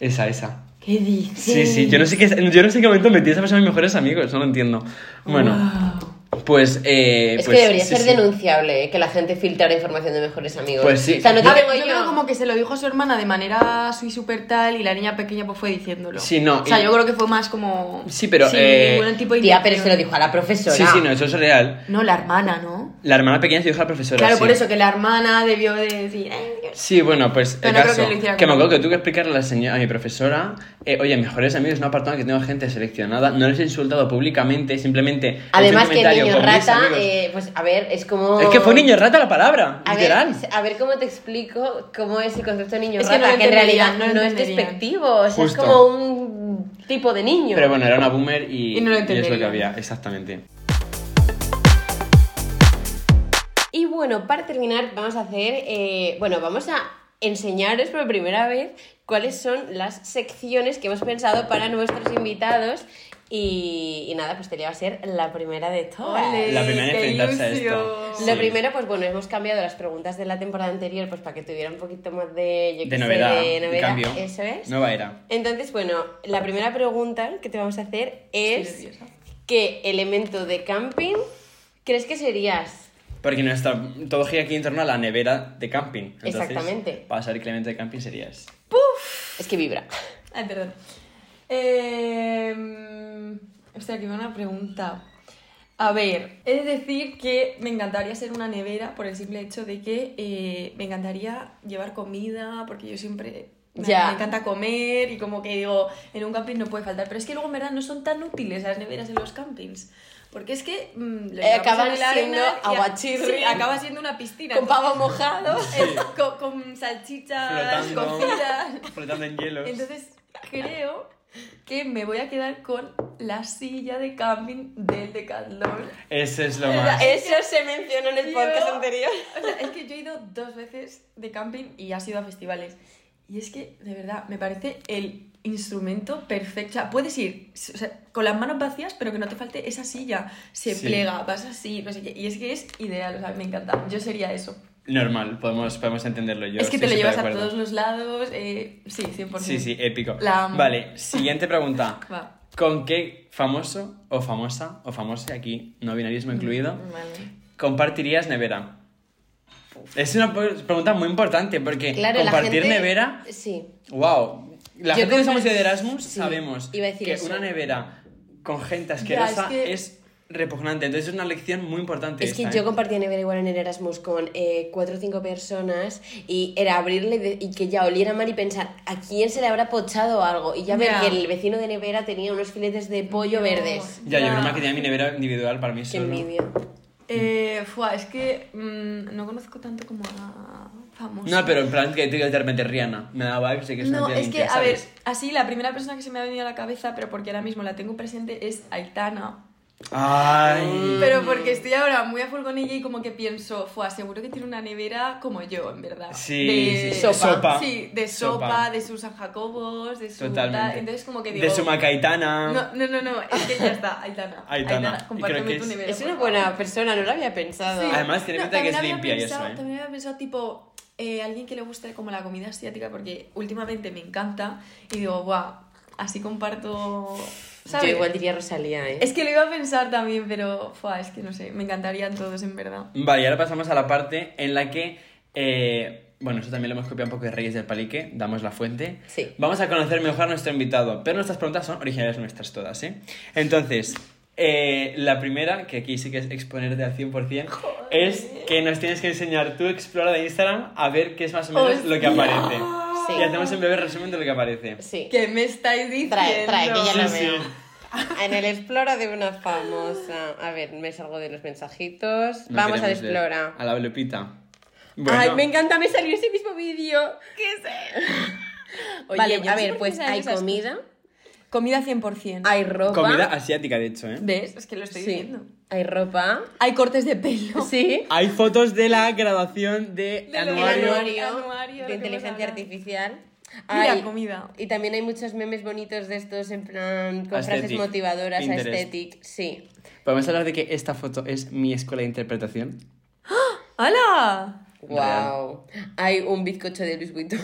Speaker 2: Esa, esa.
Speaker 4: ¿Qué dices?
Speaker 2: Sí, sí, yo no sé qué, yo no sé en qué momento metí a esa persona a mis mejores amigos, no lo entiendo. Bueno,
Speaker 4: Wow.
Speaker 2: pues... eh,
Speaker 3: Es
Speaker 2: pues,
Speaker 3: que debería
Speaker 2: sí,
Speaker 3: ser
Speaker 2: sí.
Speaker 3: denunciable eh, que la gente filtrara información de mejores amigos.
Speaker 2: Pues sí.
Speaker 3: O sea, no te
Speaker 4: A ver,
Speaker 3: digo
Speaker 4: yo creo
Speaker 3: yo.
Speaker 4: como que se lo dijo a su hermana de manera soy súper tal y la niña pequeña pues fue diciéndolo.
Speaker 2: Sí, no,
Speaker 4: O sea,
Speaker 2: y-
Speaker 4: yo creo que fue más como...
Speaker 2: Sí, pero,
Speaker 4: Sin
Speaker 2: eh,
Speaker 4: ningún tipo de
Speaker 3: Tía, pero se
Speaker 4: intención.
Speaker 3: lo dijo a la profesora.
Speaker 2: Sí, sí, no, eso es real.
Speaker 4: No, la hermana, ¿no?
Speaker 2: La hermana pequeña se dijo a la profesora.
Speaker 4: Claro,
Speaker 2: sí.
Speaker 4: por eso que la hermana debió de decir... "Ay, Dios".
Speaker 2: Sí, bueno, pues
Speaker 4: Pero
Speaker 2: el
Speaker 4: no creo
Speaker 2: caso,
Speaker 4: que lo hiciera
Speaker 2: me
Speaker 4: como-
Speaker 2: acuerdo que tuve que explicarle a, la señora, a mi profesora, eh, oye, mejores amigos, no apartado que tengo gente seleccionada, no les he insultado públicamente, simplemente... he hecho un
Speaker 3: Además que el
Speaker 2: comentario
Speaker 3: niño
Speaker 2: con mis
Speaker 3: rata,
Speaker 2: amigos".
Speaker 3: eh, pues a ver, es como...
Speaker 2: Es que fue niño rata la palabra,
Speaker 3: A ver,
Speaker 2: literal.
Speaker 3: a ver cómo te explico cómo es el concepto de niño
Speaker 4: Es que
Speaker 3: rata,
Speaker 4: no lo
Speaker 3: que, en realidad
Speaker 4: entenderían,
Speaker 3: no,
Speaker 4: no lo
Speaker 3: es
Speaker 4: entenderían.
Speaker 3: despectivo, o sea, es
Speaker 2: Justo.
Speaker 3: como un tipo de niño.
Speaker 2: Pero bueno, era una boomer y,
Speaker 4: Y no lo
Speaker 2: es lo que
Speaker 4: entendería.
Speaker 2: había, exactamente.
Speaker 3: Y bueno, para terminar vamos a hacer, eh, bueno, vamos a enseñaros por primera vez cuáles son las secciones que hemos pensado para nuestros invitados y, y nada, pues te va a ser la primera de todas.
Speaker 4: Ole,
Speaker 2: La primera en
Speaker 4: qué
Speaker 2: enfrentarse a esto.
Speaker 4: ilusión.
Speaker 2: Sí.
Speaker 3: Lo primero, pues bueno, hemos cambiado las preguntas de la temporada anterior, pues para que tuviera un poquito más de, yo qué
Speaker 2: De
Speaker 3: sé,
Speaker 2: novedad,
Speaker 3: de
Speaker 2: de
Speaker 3: novedad.
Speaker 2: cambio.
Speaker 3: Eso es.
Speaker 2: Nueva era.
Speaker 3: Entonces, bueno, la primera pregunta que te vamos a hacer
Speaker 4: Estoy
Speaker 3: es
Speaker 4: nerviosa.
Speaker 3: ¿qué elemento de camping crees que serías?
Speaker 2: Porque nuestra todo gira aquí en torno a la nevera de camping. Entonces,
Speaker 3: Exactamente.
Speaker 2: Para ser Clemente de camping serías.
Speaker 3: Es que vibra.
Speaker 4: Ay, perdón. Eh, hostia, aquí va una pregunta. A ver, he de decir que me encantaría ser una nevera por el simple hecho de que eh, me encantaría llevar comida, porque yo siempre me,
Speaker 3: Ya.
Speaker 4: me encanta comer y como que digo, en un camping no puede faltar. Pero es que luego en verdad no son tan útiles las neveras en los campings. Porque es que mm, lo
Speaker 3: Eh,
Speaker 4: llevamos
Speaker 3: acaban
Speaker 4: en la arena
Speaker 3: siendo
Speaker 4: y a-
Speaker 3: aguachirri.
Speaker 4: sí, acaba siendo una piscina.
Speaker 3: Con pavo mojado.
Speaker 4: Entonces, con, con salchichas
Speaker 2: Flotando.
Speaker 4: cocidas.
Speaker 2: Flotando en hielos.
Speaker 4: Entonces, creo que me voy a quedar con la silla de camping del Decathlon.
Speaker 2: Ese es lo
Speaker 4: Ah,
Speaker 2: más.
Speaker 3: Eso se mencionó en el
Speaker 4: Tío.
Speaker 3: podcast anterior.
Speaker 4: O sea, es que yo he ido dos veces de camping y ha sido a festivales. Y es que, de verdad, me parece el instrumento perfecto. O sea, puedes ir o sea, con las manos vacías, pero que no te falte esa silla. Se
Speaker 2: Sí.
Speaker 4: plega, vas así, no sé qué. Y es que es ideal, o sea, me encanta. Yo sería eso.
Speaker 2: Normal, podemos, podemos entenderlo yo.
Speaker 4: es que
Speaker 2: estoy
Speaker 4: te lo
Speaker 2: súper
Speaker 4: llevas
Speaker 2: de
Speaker 4: a
Speaker 2: acuerdo.
Speaker 4: todos los lados. eh, sí, 100%.
Speaker 2: Sí, sí, épico.
Speaker 4: La amo.
Speaker 2: Vale, siguiente pregunta.
Speaker 4: Va.
Speaker 2: ¿Con qué famoso o famosa o famose, aquí no binarismo incluido,
Speaker 4: Vale.
Speaker 2: compartirías nevera? Es una pre- pregunta muy importante porque compartir nevera,
Speaker 3: Sí.
Speaker 2: wow. La
Speaker 3: Yo
Speaker 2: gente que
Speaker 3: compar-
Speaker 2: somos de Erasmus
Speaker 3: sí,
Speaker 2: sabemos
Speaker 3: iba a decir
Speaker 2: que
Speaker 3: eso.
Speaker 2: una nevera con gente asquerosa
Speaker 4: es que-
Speaker 2: es repugnante. Entonces es una lección muy importante.
Speaker 3: Es que
Speaker 2: esta,
Speaker 3: yo
Speaker 2: ¿eh?
Speaker 3: compartía nevera igual en Erasmus con eh, cuatro o cinco personas y era abrirle de- y que ya oliera mal y pensar a quién se le habrá pochado algo y ya ver
Speaker 4: Ya.
Speaker 3: que el vecino de nevera tenía unos filetes de pollo
Speaker 4: Dios.
Speaker 3: verdes.
Speaker 2: Ya, yo
Speaker 4: Ya.
Speaker 2: normal que tenía mi nevera individual para mí
Speaker 3: Qué
Speaker 2: solo.
Speaker 3: envidia.
Speaker 4: Eh, fua, es que mm, no conozco tanto como a famosos.
Speaker 2: No, pero en plan que digo de repente Rihanna. Me da vibes de que es una
Speaker 4: No,
Speaker 2: tía
Speaker 4: es que,
Speaker 2: limpia,
Speaker 4: a ver,
Speaker 2: ¿sabes?
Speaker 4: así la primera persona que se me ha venido a la cabeza, pero porque ahora mismo la tengo presente, es Aitana.
Speaker 2: Ay.
Speaker 4: Mm. Pero porque estoy ahora muy a full con ella y como que pienso, fue seguro que tiene una nevera como yo, en verdad.
Speaker 2: Sí,
Speaker 4: de...
Speaker 2: sí,
Speaker 3: Sopa. sopa.
Speaker 4: Sí, de sopa,
Speaker 2: Sopa.
Speaker 4: de sus San Jacobos, de su...
Speaker 2: Totalmente.
Speaker 4: Entonces como que digo...
Speaker 2: De su macaitana.
Speaker 4: No, no, no, no, es que ya está, Aitana.
Speaker 2: Aitana. Y creo que
Speaker 4: compárteme tu
Speaker 2: es-
Speaker 4: nevera.
Speaker 3: Es
Speaker 4: por
Speaker 3: una
Speaker 4: favor.
Speaker 3: buena persona, no lo había pensado.
Speaker 4: Sí.
Speaker 2: Además, tiene pinta de que es
Speaker 4: también
Speaker 2: limpia y
Speaker 4: había
Speaker 2: eso,
Speaker 4: pensado-
Speaker 2: ¿eh?
Speaker 4: También había pensado, tipo, eh, alguien que le guste como la comida asiática, porque últimamente me encanta y digo, guau, así comparto. ¿sabes?
Speaker 3: Yo igual diría Rosalía, ¿eh?
Speaker 4: Es que lo iba a pensar también, pero fuá, es que no sé, me encantarían todos en verdad.
Speaker 2: Vale, y ahora pasamos a la parte en la que. eh, bueno, eso también lo hemos copiado un poco de Reyes del Palique, damos la fuente.
Speaker 3: Sí.
Speaker 2: Vamos a conocer mejor a nuestro invitado, pero nuestras preguntas son originales nuestras todas, ¿eh? Entonces, eh, la primera, que aquí sí que es exponerte al 100%, es que nos tienes que enseñar tu explora de Instagram a ver qué es más o menos lo que
Speaker 4: ¡Hostia!
Speaker 2: aparece.
Speaker 3: Sí.
Speaker 2: Y hacemos un breve resumen de lo que aparece.
Speaker 3: Sí.
Speaker 4: ¿Qué me estáis diciendo?
Speaker 3: Trae, trae, que ya lo
Speaker 2: Sí,
Speaker 3: veo.
Speaker 2: sí.
Speaker 3: En el Explora de una famosa. A ver, me salgo de los mensajitos.
Speaker 2: No
Speaker 3: Vamos al
Speaker 2: queremos leer.
Speaker 3: Explora.
Speaker 2: A la Lupita. Bueno,
Speaker 3: Ay, me encanta, me salió ese mismo vídeo. ¿Qué es Oye,
Speaker 4: Vale, yo
Speaker 3: a
Speaker 4: no sé
Speaker 3: ver,
Speaker 4: por qué
Speaker 3: pues
Speaker 4: me salen
Speaker 3: hay
Speaker 4: esas
Speaker 3: comida,
Speaker 4: Comida 100%.
Speaker 3: hay ropa.
Speaker 2: comida asiática, de hecho, ¿eh?
Speaker 4: ¿Ves? Es que lo estoy
Speaker 3: Sí,
Speaker 4: diciendo.
Speaker 3: hay ropa.
Speaker 4: Hay cortes de pelo.
Speaker 3: Sí.
Speaker 2: Hay fotos de la graduación de,
Speaker 4: De
Speaker 3: El
Speaker 2: anuario.
Speaker 4: Anuario,
Speaker 3: anuario,
Speaker 4: anuario, lo
Speaker 3: de
Speaker 4: que
Speaker 3: inteligencia
Speaker 4: hemos hablado.
Speaker 3: artificial.
Speaker 4: Mira,
Speaker 3: Hay-
Speaker 4: comida.
Speaker 3: Y también hay muchos memes bonitos de estos en plan con frases
Speaker 2: Aesthetic.
Speaker 3: motivadoras,
Speaker 2: Pinterest.
Speaker 3: aesthetic, sí.
Speaker 2: Podemos hablar de que esta foto es mi escuela de interpretación.
Speaker 4: ¡Hala!
Speaker 3: Wow. Hay un bizcocho de Luis Vuitton.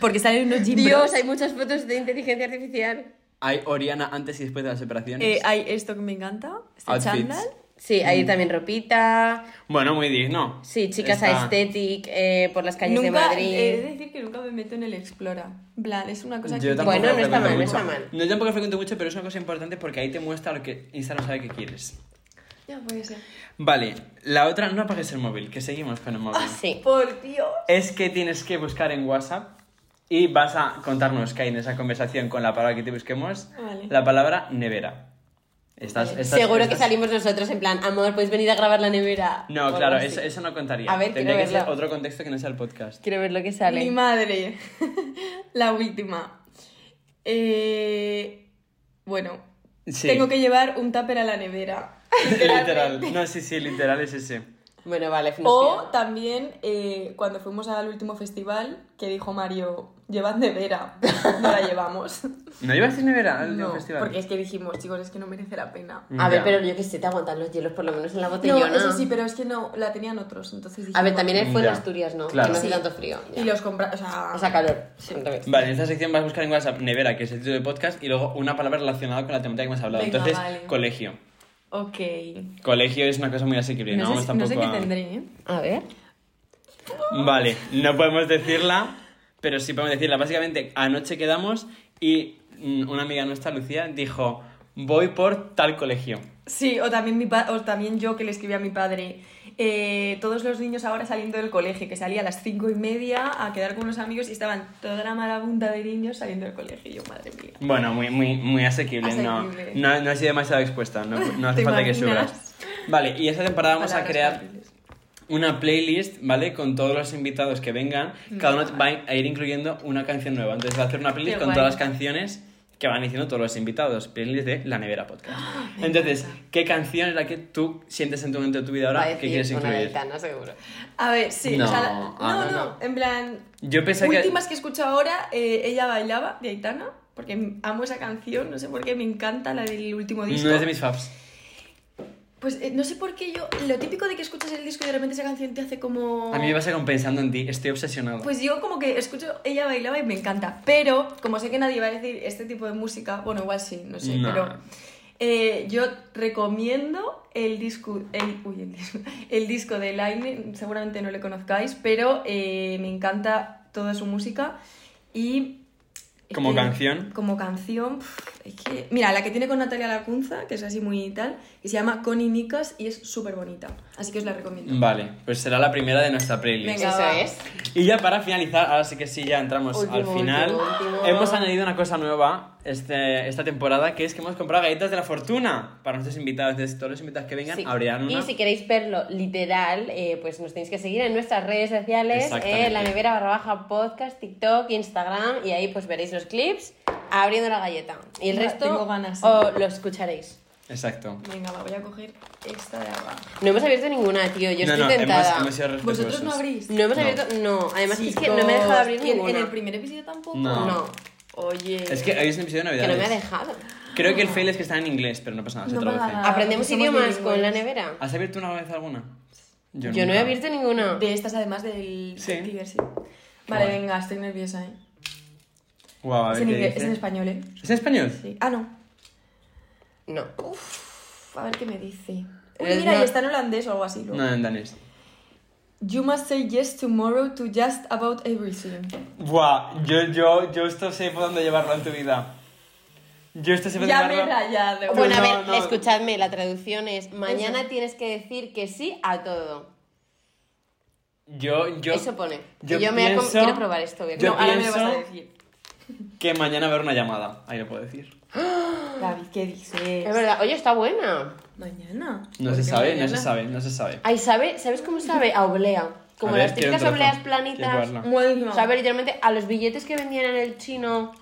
Speaker 5: Porque salen unos Jim
Speaker 3: Dios,
Speaker 5: Bros.
Speaker 3: hay muchas fotos de inteligencia artificial.
Speaker 2: Hay Oriana antes y después de las operaciones.
Speaker 5: Eh, hay esto que me encanta. Este
Speaker 2: Outfits.
Speaker 5: chándal.
Speaker 3: Sí,
Speaker 2: Mm.
Speaker 3: hay también ropita.
Speaker 2: Bueno, muy digno.
Speaker 3: Sí, chicas
Speaker 2: Está-
Speaker 3: aesthetic eh, por las calles
Speaker 4: Nunca, eh,
Speaker 3: de Madrid.
Speaker 4: he de decir que nunca me meto en el Explora. En plan, es una cosa
Speaker 2: Yo
Speaker 4: que...
Speaker 2: tampoco
Speaker 3: Bueno,
Speaker 2: lo
Speaker 3: no está
Speaker 2: frecuento
Speaker 3: mal, no
Speaker 2: mucho.
Speaker 3: está mal.
Speaker 2: No, yo tampoco lo frecuento mucho, pero es una cosa importante porque ahí te muestra lo que Instagram sabe que quieres.
Speaker 4: Ya puede ser.
Speaker 2: Vale, la otra, no apagues el móvil, que seguimos con el móvil.
Speaker 3: Ah, Sí.
Speaker 4: Por Dios.
Speaker 2: Es que tienes que buscar en WhatsApp y vas a contarnos que hay en esa conversación con la palabra que te busquemos,
Speaker 4: Vale.
Speaker 2: la palabra nevera. Estás, estás-
Speaker 3: Seguro que
Speaker 2: estás-
Speaker 3: salimos nosotros en plan, amor, puedes venir a grabar la nevera. O
Speaker 2: No,
Speaker 3: algo
Speaker 2: claro,
Speaker 3: así.
Speaker 2: eso, eso no contaría.
Speaker 3: A ver,
Speaker 2: Tendría que
Speaker 3: quiero
Speaker 2: ser
Speaker 3: verlo.
Speaker 2: otro contexto que no sea el podcast.
Speaker 3: Quiero ver lo que
Speaker 4: Mi
Speaker 3: sale.
Speaker 4: madre. la víctima. Eh, bueno,
Speaker 2: Sí.
Speaker 4: tengo que llevar un tupper a la nevera.
Speaker 2: literal. No, sí, sí, literal es ese.
Speaker 3: Bueno, vale,
Speaker 4: O
Speaker 3: felicidades.
Speaker 4: también eh, cuando fuimos al último festival que dijo Mario, llevad nevera. No la llevamos.
Speaker 2: ¿No ibas a nevera al
Speaker 4: No,
Speaker 2: festival?
Speaker 4: porque es que dijimos, chicos, es que no merece la pena.
Speaker 3: A ver,
Speaker 2: Ya.
Speaker 3: pero yo que sé, te aguantan los hielos por lo menos en la
Speaker 4: No,
Speaker 3: botellona.
Speaker 4: eso sí, pero es que no, la tenían otros, entonces dijimos-
Speaker 3: A ver, también fue en
Speaker 2: Ya.
Speaker 3: Asturias, ¿no?
Speaker 2: Claro.
Speaker 3: Que no hace
Speaker 4: Sí.
Speaker 3: tanto frío. ya.
Speaker 4: Y los compramos, o sea...
Speaker 3: O sea, calor. al revés.
Speaker 2: Vale, en esta sección vas a buscar en WhatsApp nevera, que es el título del podcast, y luego una palabra relacionada con la temática que hemos hablado.
Speaker 4: Venga,
Speaker 2: Entonces,
Speaker 4: vale.
Speaker 2: colegio.
Speaker 4: Ok.
Speaker 2: Colegio es una cosa muy asequible, no,
Speaker 4: No,
Speaker 2: vamos
Speaker 4: sé, no sé
Speaker 2: tampoco
Speaker 4: qué
Speaker 2: a-
Speaker 4: tendré, ¿eh?
Speaker 3: A ver.
Speaker 2: Vale, no podemos decirla, pero sí podemos decirla. Básicamente, anoche quedamos y mm, una amiga nuestra, Lucía, dijo, voy por tal colegio.
Speaker 4: Sí, o también, mi pa- o también yo que le escribí a mi padre. eh, todos los niños ahora saliendo del colegio, que salía a las cinco y media a quedar con unos amigos y estaban toda la marabunta de niños saliendo del colegio. Y yo, madre mía.
Speaker 2: Bueno, muy, muy, muy asequible,
Speaker 4: Asequible.
Speaker 2: No, no, no he sido demasiado expuesta, no, no hace
Speaker 4: ¿Te
Speaker 2: falta que
Speaker 4: imaginas?
Speaker 2: subas. Vale, y esta temporada vamos a
Speaker 4: Palabras
Speaker 2: crear
Speaker 4: fáciles.
Speaker 2: una playlist, ¿vale? Con todos los invitados que vengan, cada uno va a ir incluyendo una canción nueva. Entonces va a hacer una playlist
Speaker 4: Qué
Speaker 2: con
Speaker 4: guay.
Speaker 2: todas las canciones que van diciendo todos los invitados, playlist de La Nevera Podcast. Entonces, ¿qué canción es la que tú sientes en tu momento de tu vida
Speaker 3: Va a
Speaker 2: ahora que
Speaker 3: decir
Speaker 2: quieres
Speaker 3: una
Speaker 2: incluir?
Speaker 3: ventana, seguro.
Speaker 4: A ver, sí,
Speaker 2: No,
Speaker 4: o sea, la-
Speaker 2: ah,
Speaker 4: no,
Speaker 2: no,
Speaker 4: no,
Speaker 2: no.
Speaker 4: en plan.
Speaker 2: Yo pensé que-
Speaker 4: últimas que... he escuchado ahora, eh, ella bailaba de Aitana, porque amo esa canción, no sé por qué me encanta la del último disco.
Speaker 2: No es de mis faves.
Speaker 4: Pues eh, no sé por qué yo. Lo típico de que escuchas el disco y de repente esa canción te hace como.
Speaker 2: A mí me vas a compensando en ti, estoy obsesionado.
Speaker 4: Pues yo como que escucho ella bailaba y me encanta. Pero como sé que nadie va a decir este tipo de música, bueno, igual sí, no sé,
Speaker 2: No.
Speaker 4: pero eh, yo recomiendo el disco, el, uy, el, disco- el disco de Laine, seguramente no le conozcáis, pero eh, me encanta toda su música y... es
Speaker 2: ¿Como canción?
Speaker 4: Como canción, pf, es que- Mira, la que tiene con Natalia Lacunza, que es así muy tal, que se llama Connie Nicas y es súper bonita, así que os la recomiendo.
Speaker 2: Vale, pues será la primera de nuestra playlist.
Speaker 4: Venga,
Speaker 3: eso
Speaker 4: va.
Speaker 3: es.
Speaker 2: Y ya para finalizar, ahora sí que sí, ya entramos
Speaker 3: Último,
Speaker 2: al final.
Speaker 3: último, último.
Speaker 2: Hemos añadido una cosa nueva este, esta temporada, que es que hemos comprado galletas de la fortuna para nuestros invitados. Entonces, todos los invitados que vengan
Speaker 3: Sí.
Speaker 2: abrirán una.
Speaker 3: Y si queréis verlo literal, eh, pues nos tenéis que seguir en nuestras redes sociales,
Speaker 2: Exactamente.
Speaker 3: eh, la nevera barra baja podcast, TikTok, Instagram, y ahí pues veréis los clips abriendo la galleta. Y el
Speaker 4: Ya,
Speaker 3: resto
Speaker 4: tengo ganas. eh.
Speaker 3: o lo escucharéis.
Speaker 2: Exacto.
Speaker 4: Venga, va, voy a coger esta de abajo.
Speaker 3: No hemos abierto ninguna, tío. Yo
Speaker 2: no,
Speaker 3: estoy
Speaker 2: no,
Speaker 3: tentada.
Speaker 2: Hemos, hemos sido respetuosos.
Speaker 4: ¿Vosotros no abrís?
Speaker 3: No hemos
Speaker 2: No.
Speaker 3: abierto. No, además que es que
Speaker 4: Chicos,
Speaker 3: no me ha dejado abrir
Speaker 4: ¿y en-
Speaker 3: ninguna.
Speaker 4: ¿En el primer episodio tampoco?
Speaker 2: No.
Speaker 3: No,
Speaker 4: Oye.
Speaker 2: Es que hoy es un episodio de
Speaker 3: que
Speaker 2: Navidad.
Speaker 3: no me ha dejado.
Speaker 2: Creo que el fail es que está en inglés, pero no pasa nada, se
Speaker 4: No pasa
Speaker 2: traduce.
Speaker 4: nada. Ah,
Speaker 3: Aprendemos
Speaker 4: somos
Speaker 3: idiomas con la
Speaker 4: bilingües.
Speaker 3: nevera.
Speaker 2: ¿Has abierto una vez alguna?
Speaker 3: Yo, no he
Speaker 2: Ah, nunca.
Speaker 3: abierto ninguna.
Speaker 4: De estas, además del
Speaker 2: Sí.
Speaker 4: del Tiger, sí. Vale,
Speaker 2: guay.
Speaker 4: venga, estoy nerviosa, ¿eh?
Speaker 2: Guau, a ver
Speaker 4: Es en,
Speaker 2: qué
Speaker 4: inglés-
Speaker 2: dice.
Speaker 4: es en español, ¿eh?
Speaker 2: ¿Es en español?
Speaker 4: Sí. Ah, no.
Speaker 3: No.
Speaker 4: A ver qué me dice. Uy,
Speaker 3: Eres
Speaker 4: mira,
Speaker 3: una-
Speaker 4: y está en holandés o algo así. luego.
Speaker 2: Eh, No, en danés.
Speaker 4: You must say yes tomorrow to just about everything.
Speaker 2: Buah, yo, yo, yo esto sé por dónde llevarlo en tu vida. Yo esto sé por
Speaker 4: Ya
Speaker 2: dónde
Speaker 4: me he
Speaker 2: llevarlo.
Speaker 4: rayado.
Speaker 2: Pues
Speaker 3: Bueno, a
Speaker 2: no,
Speaker 3: ver,
Speaker 2: no.
Speaker 3: escuchadme, la traducción es mañana tienes que decir que sí a todo.
Speaker 2: Yo, yo.
Speaker 3: Eso pone. Yo, me acom-
Speaker 2: pienso-
Speaker 3: quiero probar esto. voy a-
Speaker 2: yo
Speaker 4: no, ahora me lo vas
Speaker 2: pienso-
Speaker 4: a decir.
Speaker 2: Que mañana va a haber una llamada. Ahí lo puedo decir.
Speaker 4: David, ¿qué dices?
Speaker 3: Es verdad, oye, está buena.
Speaker 4: Mañana.
Speaker 2: No se
Speaker 4: Porque
Speaker 2: sabe, no
Speaker 4: mañana-
Speaker 2: se sabe, no se sabe.
Speaker 3: Ay, ¿sabe, ¿sabes cómo sabe? A oblea. Como
Speaker 2: A ver,
Speaker 3: las
Speaker 2: quiero un
Speaker 3: típicas
Speaker 2: trozo.
Speaker 3: obleas
Speaker 2: Quiero
Speaker 3: planitas.
Speaker 2: probarla.
Speaker 4: Buenísima.
Speaker 3: Sabe literalmente a los billetes que vendían en el chino.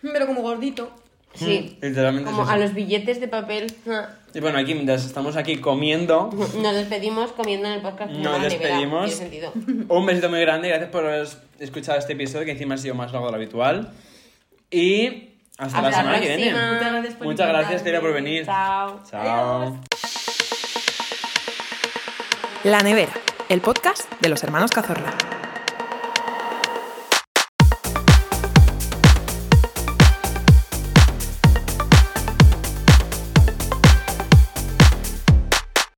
Speaker 4: Pero como gordito.
Speaker 3: Sí.
Speaker 2: Mm, literalmente
Speaker 3: Como
Speaker 2: es eso.
Speaker 3: a los billetes de papel.
Speaker 2: Y bueno, aquí mientras estamos aquí comiendo,
Speaker 3: Nos despedimos comiendo en el podcast.
Speaker 2: Nos
Speaker 3: llamado Nevera.
Speaker 2: despedimos.
Speaker 3: Tiene sentido.
Speaker 2: un besito muy grande. Gracias por haber escuchado este episodio que encima ha sido más largo de lo habitual. Y hasta,
Speaker 3: Hasta
Speaker 2: la
Speaker 3: la
Speaker 2: semana que viene.
Speaker 3: próxima.
Speaker 4: Muchas gracias por
Speaker 2: Ah. Muchas gracias,
Speaker 4: invitarme.
Speaker 2: Tere, por venir.
Speaker 3: Chao.
Speaker 2: Chao.
Speaker 1: La nevera, El podcast de los hermanos Cazorla.